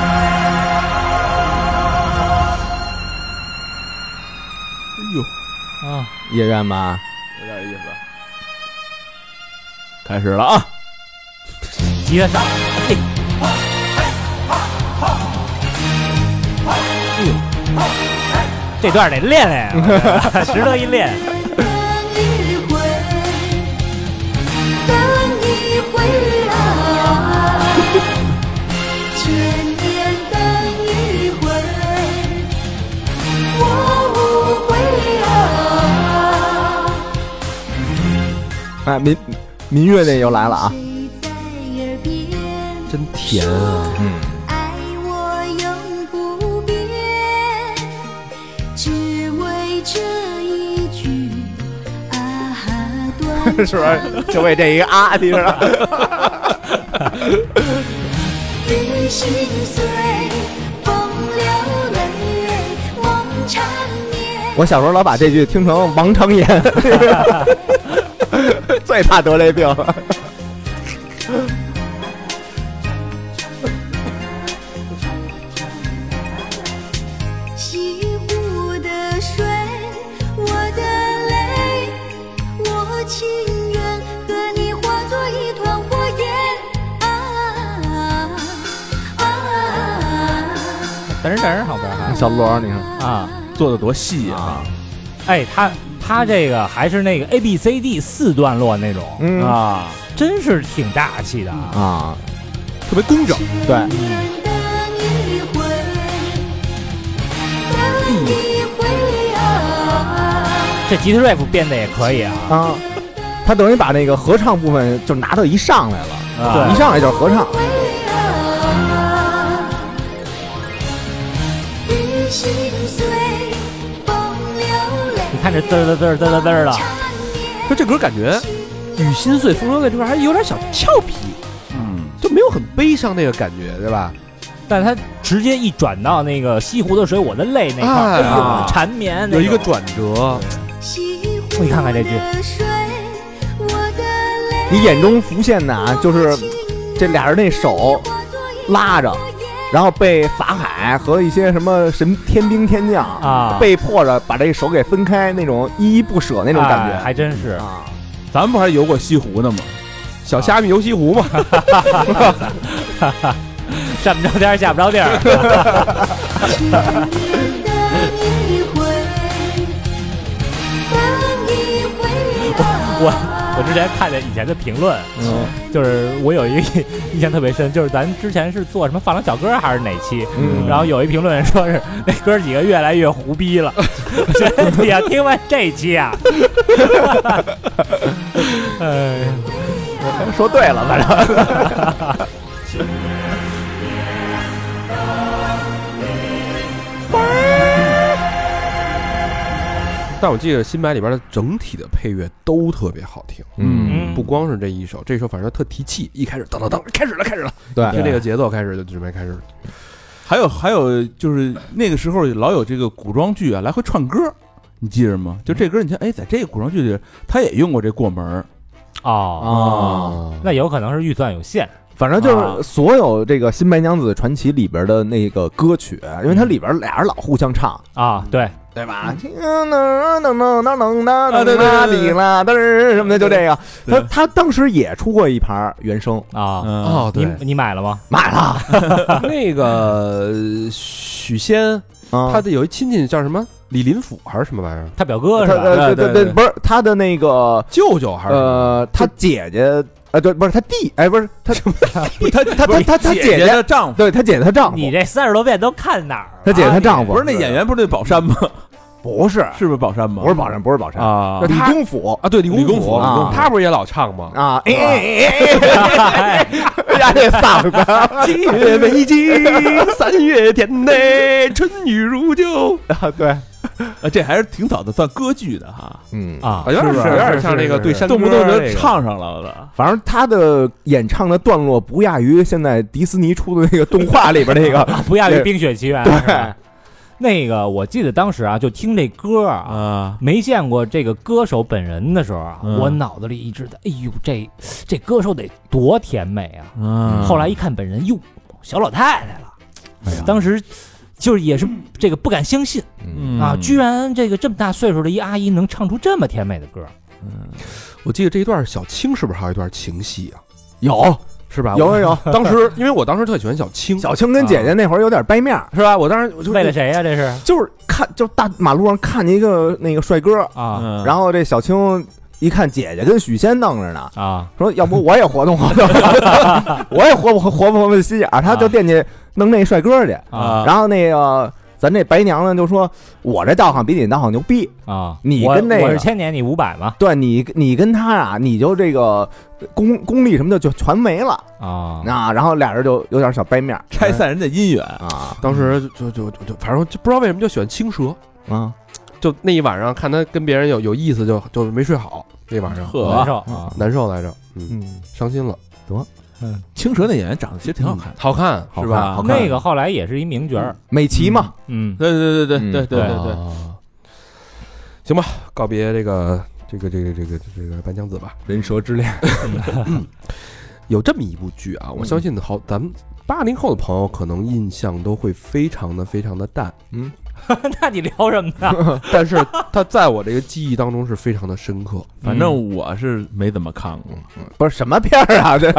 啊，夜愿吧，有点意思。开始了啊！吉他上，嘿哎呦这段得练 练啊，值得一练。等一回，等一回啊啊！千年等一回，啊哎，民民乐那又来了啊， 真甜啊！嗯，爱我永不变，只为这一句啊哈短是不是？就为这一个啊，你知道吗？与心碎，风流泪，梦缠绵。 我小时候老把这句听成王成 言，最怕得这病了。西湖的水，我的泪，我情愿和你化作一团火焰。啊啊啊！噔噔后边还小罗儿，你看，啊，做的多细啊！哎，他他这个还是那个 A B C D 四段落那种，嗯啊，真是挺大气的啊。啊，特别工整，对，简单一回，单一回啊，这吉他 rap 编的也可以啊，啊，他等于把那个合唱部分就拿到一上来了，对一上来就是合唱。回啊，与心碎，风流泪。你看这嘚儿嘚儿嘚儿嘚儿嘚儿的， 就这歌感觉与心碎风流泪这块还有点小俏皮，嗯，就没有很悲伤那个感觉，对吧？但他直接一转到那个西湖的水，我的泪那块儿，哎哎呦，缠绵那有一个种转折，你你看看这句，你眼中浮现的啊，就是这俩人那手 拉着，然后被法海和一些什么神天兵天将啊被迫着把这手给分开，那种依依不舍那种感哎觉还真是。啊。咱们不还游过西湖呢吗？小虾米游西湖嘛，上不着天儿下不着 地儿， 我我之前看见以前的评论，嗯就是我有一个印象特别深，就是咱之前是做什么放浪小哥还是哪期，嗯然后有一评论说是那哥几个越来越胡逼 了，我觉得你要听完这期啊，哎，说对了，反正 但我记得新版里边的整体的配乐都特别好听，嗯，不光是这一首，这一首反正特提气，一开始当当当，开始了，开始了，对听这个节奏开始就准备开始，还有还有，就是那个时候老有这个古装剧啊，来回串歌，你记着吗？就这歌，你看，哎，在这个古装剧里，他也用过这过门儿哦，啊。那有可能是预算有限，反正就是所有这个《新白娘子传奇》里边的那个歌曲，因为它里边俩人老互相唱，啊，对，对吧？噔噔噔噔噔噔噔里啦噔儿什么的，就这个。他他当时也出过一盘原声，啊，嗯啊，哦，你对，你买了吗？买了。那个呃许仙，他他的有一亲戚叫什么李林甫还是什么玩意儿，他表哥是他吧？呃对对对，不是他的那个舅舅还是什么呃，他姐姐呃对，不是他弟哎，不是他他他他他他姐姐的丈夫对他姐姐他丈夫，你这三十多遍都看哪儿了？啊啊他姐姐他丈夫不是那演员，不是那宝山吗？不是 是不是宝山吗？不是宝山，不是宝山，啊那，李他公甫啊，对，李李公甫，甫啊李公甫他不是也老唱吗？啊，哎哎哎哎，呀这嗓子，七月为京，三月天内，春雨如旧。对， 啊这还是挺早的，算歌剧的哈，嗯啊，有点是有点像那个对山歌动不动那就个唱上了的。反正他的演唱的段落不亚于现在迪士尼出的那个动画里边那个，不亚于对《冰雪奇缘》是吧。那个我记得当时啊，就听这歌啊，啊，没见过这个歌手本人的时候啊，嗯我脑子里一直在，哎呦，这这歌手得多甜美啊！嗯后来一看本人，哟，小老太太了，哎当时。就是也是这个不敢相信啊，嗯嗯居然这个这么大岁数的一阿姨能唱出这么甜美的歌，我记得这一段小青是不是还有一段情戏啊？有是吧？有有有，我。当时，因为我当时特喜欢小青，小青跟姐姐那会儿有点掰面儿，是吧？我当时我就为了谁啊呀、这是就是看就大马路上看见一个那个帅哥，啊嗯然后这小青一看姐姐跟许仙弄着呢，啊说要不我也活动活动，我也活不活不活不心眼儿，他就惦记弄那帅哥去，啊然后那个咱这白娘呢就说，我这道行比你道行牛逼，啊，你我跟那个我是千年，你五百嘛对你你跟他啊，你就这个功功力什么的就全没了啊，啊，然后俩人就有点小掰面儿拆散人家姻缘，啊当时就就就就，反正就不知道为什么就喜欢青蛇，啊，就那一晚上看他跟别人有有意思就，就没睡好，那晚上难呵，受啊，难受来着，嗯，嗯，伤心了，嗯青蛇那演员长得其实挺好看的，好看是好看吧？好看啊那个后来也是一名角儿，美琪嘛，嗯，对对对嗯对对对对对，啊行吧，告别这个这个这个这个这个白娘子吧。人蛇之恋，有这么一部剧嗯啊，我相信好，咱们八零后的朋友可能印象都会非常的非常的淡， 嗯那你聊什么呢？但是它在我这个记忆当中是非常的深刻，反正我是没怎么看过，不是什么片儿啊，这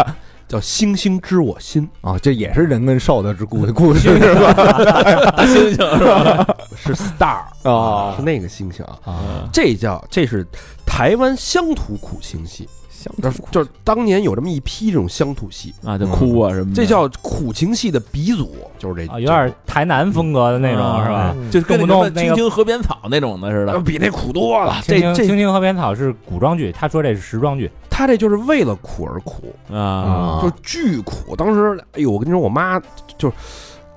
叫《星星知我心啊，这也是人跟兽的故故事是吧？星星是吧？》，是 Star 哦是那个星星啊，啊这叫这是台湾乡土苦情戏，乡就是就是当年有这么一批这种乡土戏，啊，就哭啊什么的，这叫苦情戏的鼻祖，就是这啊，有点台南风格的那种是吧？就是跟嗯那什动不么动那个啊青青河边草那种的似呃的，比那苦多了。青这青这青青河边草是古装剧，他说这是时装剧，嗯他这就是为了苦而苦，啊，就巨苦。当时，哎呦，我跟你说，我妈就是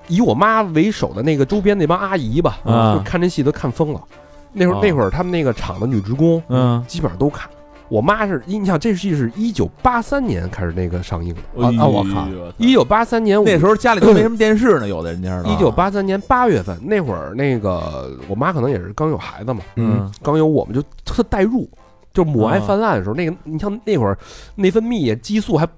以我妈为首的那个周边那帮阿姨吧，啊就看这戏都看疯了。那会儿哦那会儿他们那个厂的女职工，嗯，基本上都看。我妈是，你想这戏是一九八三年开始那个上映的，哎呦啊我靠，一九八三年那时候。候家里都没什么电视呢，有的人家一呢，九八三年八月份那会儿，那个我妈可能也是刚有孩子嘛，嗯，刚有我们就特代入，就母爱啊泛滥的时候，那个你像那会儿内分泌也激素还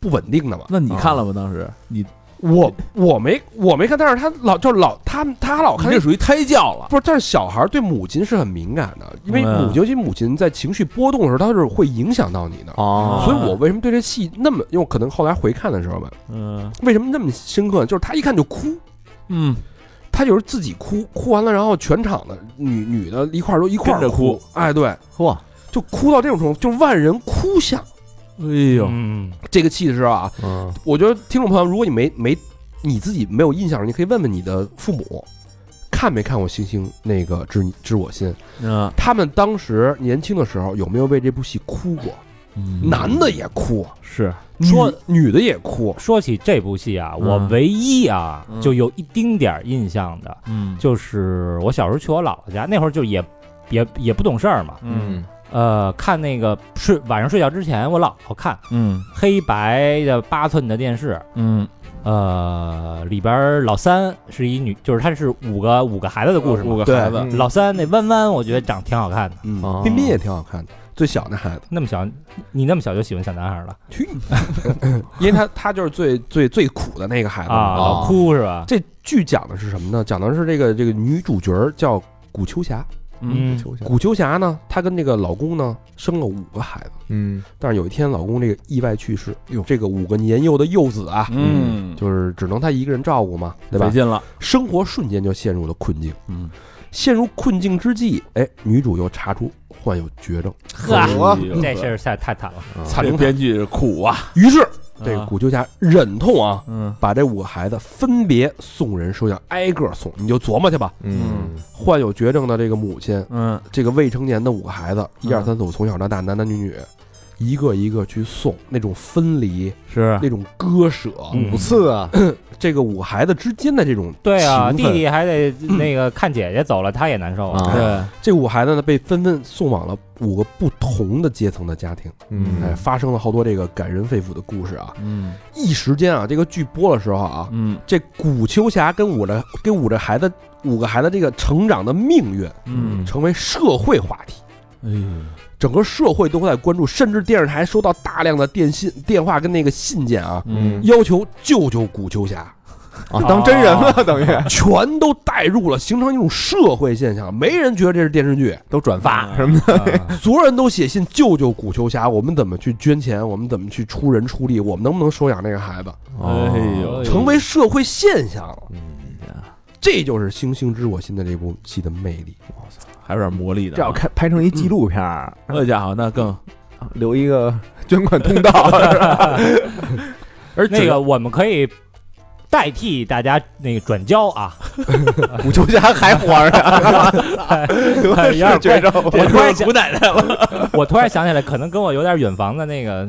不稳定呢嘛，啊那你看了吗？当时你我我没我没看，但是他老就是老他他老你看这属于胎教了，不是，但是小孩儿对母亲是很敏感的，因为嗯母尤其母亲在情绪波动的时候，她是会影响到你的。哦，所以我为什么对这戏那么，因为我可能后来回看的时候吧，嗯为什么那么深刻呢？就是他一看就哭，嗯，他就是自己哭，哭完了，然后全场的女女的一块儿都一块儿跟着哭哭，哎，对，嚯，就哭到这种程度，就是万人哭响。哎呦，嗯，这个气势啊，嗯我觉得听众朋友，如果你没没你自己没有印象，你可以问问你的父母，看没看过《星星那个知你知我心》？嗯他们当时年轻的时候有没有为这部戏哭过？男的也哭，是说女的也哭，说起这部戏啊，我嗯唯一啊嗯就有一丁点儿印象的，嗯就是我小时候去我姥姥家，那会儿就也也也不懂事儿嘛，嗯呃，看那个睡晚上睡觉之前，我姥姥看嗯黑白的八寸的电视，嗯呃，里边儿老三是一女，就是她是五个五个孩子的故事嘛。五个孩子，老三那弯弯，我觉得长挺好看的。嗯哦彬彬也挺好看的，最小那孩子，那么小，你那么小就喜欢小男孩了 因为他他就是最最最苦的那个孩子啊？嘛。哦老哭是吧？这剧讲的是什么呢？讲的是这个这个女主角叫古秋霞，嗯古秋霞呢，她跟这个老公呢生了五个孩子，嗯但是有一天老公这个意外去世，这个五个年幼的幼子啊，嗯，就是只能她一个人照顾嘛，对费吧？劲了，生活瞬间就陷入了困境。嗯，陷入困境之际，哎，女主又查出患有绝症，呵，啊这事儿太太惨了。惨哎这痛编剧苦啊，于是，这个古秋霞忍痛啊，嗯把这五个孩子分别送人收养，挨个送。你就琢磨去吧。嗯患有绝症的这个母亲，嗯这个未成年的五个孩子，嗯一二三四五，从小到大，男男女女，一个一个去送，那种分离，是那种割舍，嗯五次啊，这个五个孩子之间的这种对啊，情弟分弟还得那个看姐姐走了，他也难受啊对，这五孩子呢，被纷纷送往了五个不同的阶层的家庭，哎，嗯发生了好多这个感人肺腑的故事啊！嗯一时间啊，这个剧播的时候啊，嗯这古秋霞跟我的跟我的孩子五个孩子这个成长的命运，嗯，成为社会话题，哎呦，整个社会都在关注，甚至电视台收到大量的电信、电话跟那个信件啊，嗯要求救救古秋 霞，啊，当真人了等于哦全都带入了，形成一种社会现象，没人觉得这是电视剧，啊都转发什么的，所有人都写信救救古秋霞，我们怎么去捐钱？我们怎么去出人出力？我们能不能收养这个孩子？哎呦，成为社会现象了。嗯这就是《星星知我心》的这部戏的魅力。还有点魔力 的，这要开拍成一纪录片儿，那家伙那更留一 个捐款通道，而那个我们可以代替大家那个转交啊，五秋霞还活着， 有点觉着哦我 突然想姑奶奶了， 我突然想起来，可能跟我有点远房的那个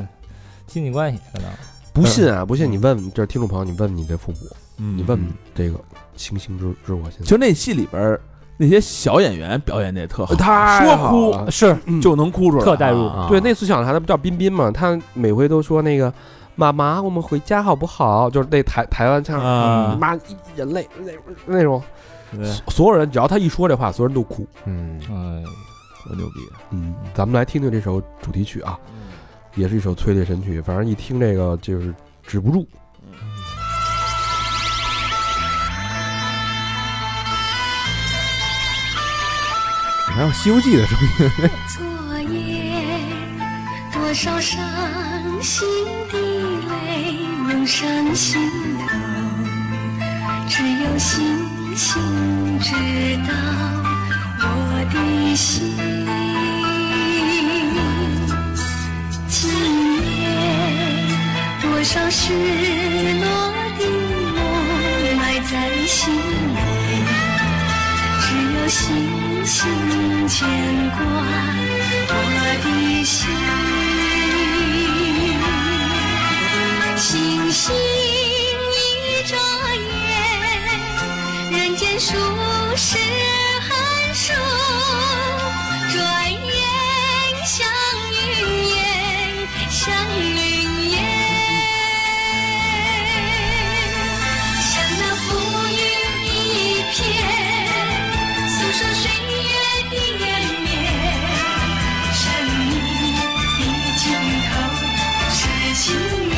亲戚关系，可能不信啊，不信你问问，就是听众朋友，你问问你的父母，你你问问这个星星之之我现在嗯就那戏里边儿那些小演员表演的也哦特好，太说好哭了是就能哭出来，特代入啊对，那次想他的不叫彬彬嘛，他每回都说那个妈妈，我们回家好不好？就是那台台湾腔，啊妈一眼泪那那种，所所有人只要他一说这话，所有人都哭。嗯，嗯，多牛逼！嗯，咱们来听听这首主题曲啊，也是一首催泪神曲，反正一听这个就是止不住。还有《西游记》的声音，昨夜多少伤心的泪涌上心头，只有星星知道我的心。今夜多少失落的梦埋在心里。只有星星牵挂我的心，星星一眨眼，人间数十寒暑，转眼像云烟，像云烟。像那浮云一片，诉说岁月的延绵。生命的尽头是情缘。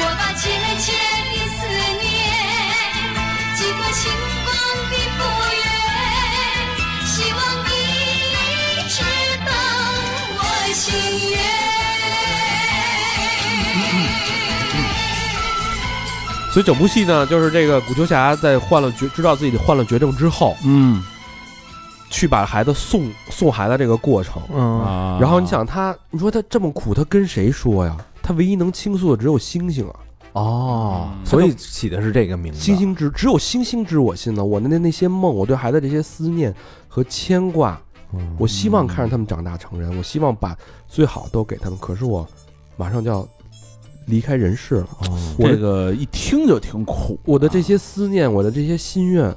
我把切切的思念，寄托星光的复原，希望你一直等我心愿。所以整部戏呢，就是这个古秋霞在患了绝知道自己患了绝症之后，嗯去把孩子送送孩子这个过程。嗯，啊，然后你想他，你说他这么苦，他跟谁说呀？他唯一能倾诉的只有星星啊，哦，所以起的是这个名字，星星知只有星星知我心呢。我的那那些梦，我对孩子这些思念和牵挂，嗯，我希望看着他们长大成人，我希望把最好都给他们。可是我马上就要离开人世了，哦我这的个一听就挺苦，我的这些思念，我的这些心愿，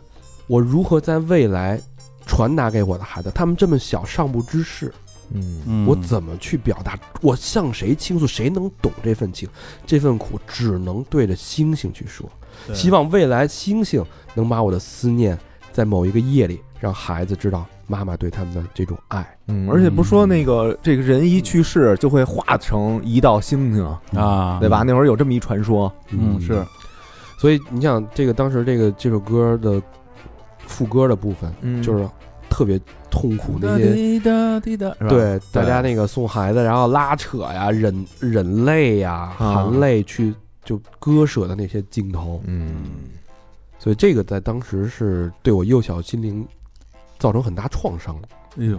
我如何在未来传达给我的孩子？他们这么小，尚不知事。嗯，嗯我怎么去表达？我向谁倾诉？谁能懂这份情？这份苦只能对着星星去说。对希望未来星星能把我的思念，在某一个夜里，让孩子知道妈妈对他们的这种爱。嗯，而且不是说那个这个人一去世就会化成一道星星，啊，对吧？那会儿有这么一传说，嗯，是，所以你想，这个当时这个这首歌的副歌的部分，嗯就是特别痛苦那些。滴答滴答，是吧，对，大家那个送孩子，然后拉扯呀、忍忍泪呀、啊含泪去就割舍的那些镜头，嗯，所以这个在当时是对我幼小心灵造成很大创伤的，哎呦，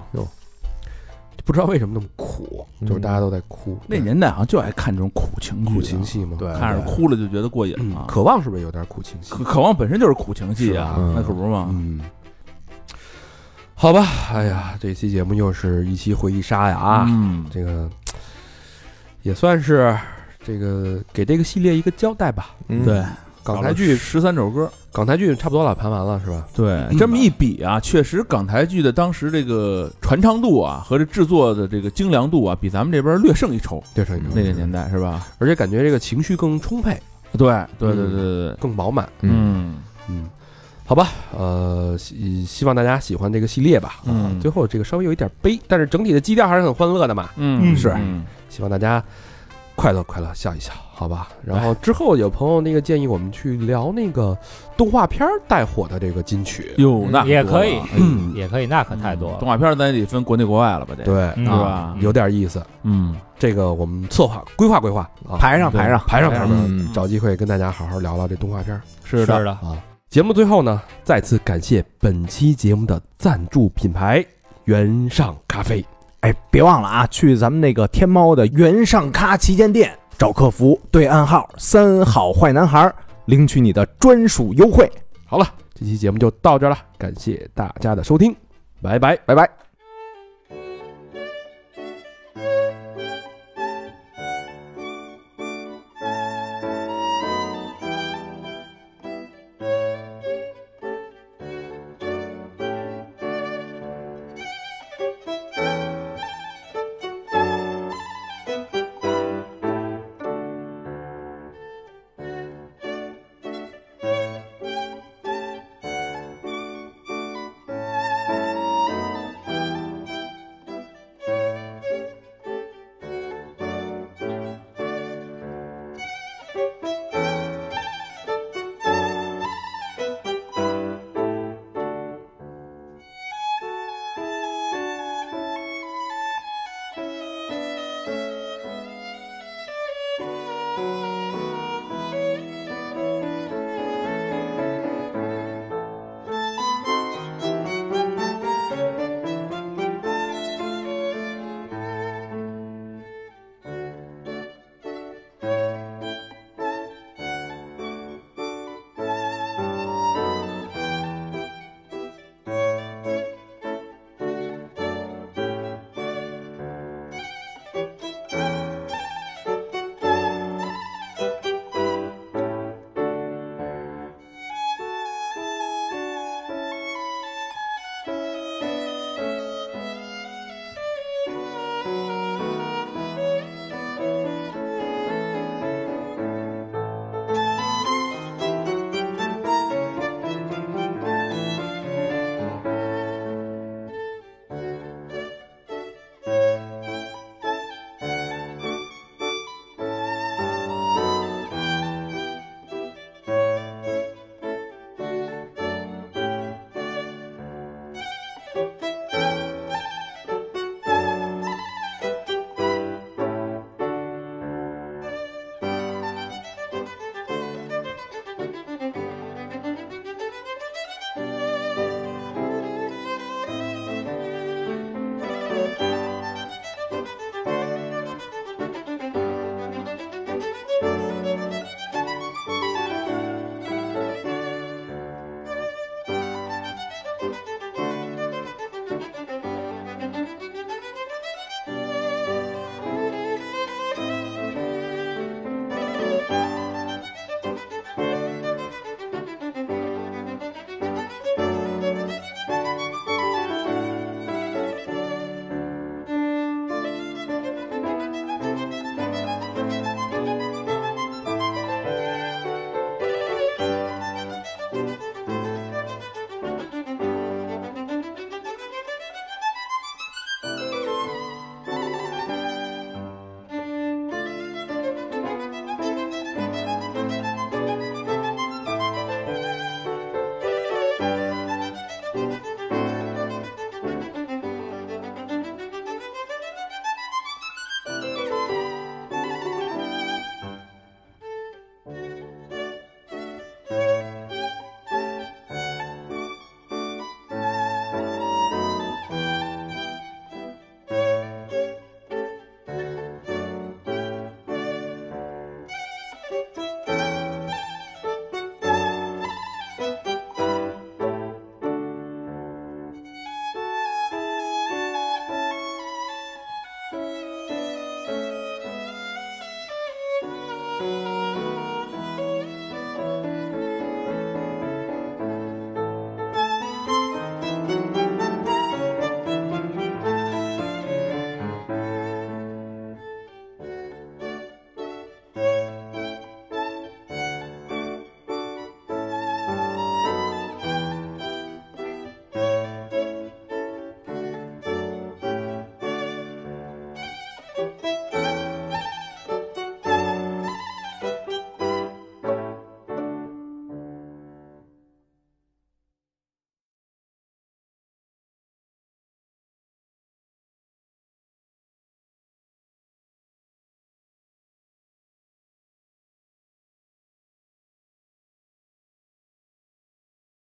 不知道为什么那么苦，嗯就是大家都在哭。那年代好像就爱看这种苦情苦剧啊情戏嘛，对，看着哭了就觉得过瘾嗯啊。渴望是不是有点苦情戏渴？渴望本身就是苦情戏啊是吧，那可不是嘛。嗯，好吧，哎呀，这期节目又是一期回忆杀呀啊，嗯，这个也算是这个给这个系列一个交代吧。嗯对，港台剧，十三首歌，港台剧差不多了，盘完了是吧？对，这么一比啊，确实港台剧的当时这个传唱度啊和这制作的这个精良度啊，比咱们这边略胜一筹。对，成一嗯那个，个年代是吧？而且感觉这个情绪更充沛，嗯对，对，对，对，对，对更饱满。嗯，嗯，好吧，呃，希希望大家喜欢这个系列吧。啊嗯最后这个稍微有一点悲，但是整体的基调还是很欢乐的嘛。嗯，是嗯希望大家快乐快乐，笑一笑，好吧。然后之后有朋友那个建议我们去聊那个动画片儿带火的这个金曲，哟，那也多了可以哎呦也可以，那可太多动了。画片咱也得分国内国外了吧？得，对，啊嗯是吧？有点意思。嗯，这个我们策划规划规划啊，排上对排上排上排上，嗯找机会跟大家好好聊聊这动画片儿。是的，的，啊。节目最后呢，再次感谢本期节目的赞助品牌原上咖啡。哎，别忘了啊，去咱们那个天猫的原上咖旗舰店找客服对暗号“三好坏男孩”，领取你的专属优惠。好了，这期节目就到这儿了，感谢大家的收听，拜拜，拜拜。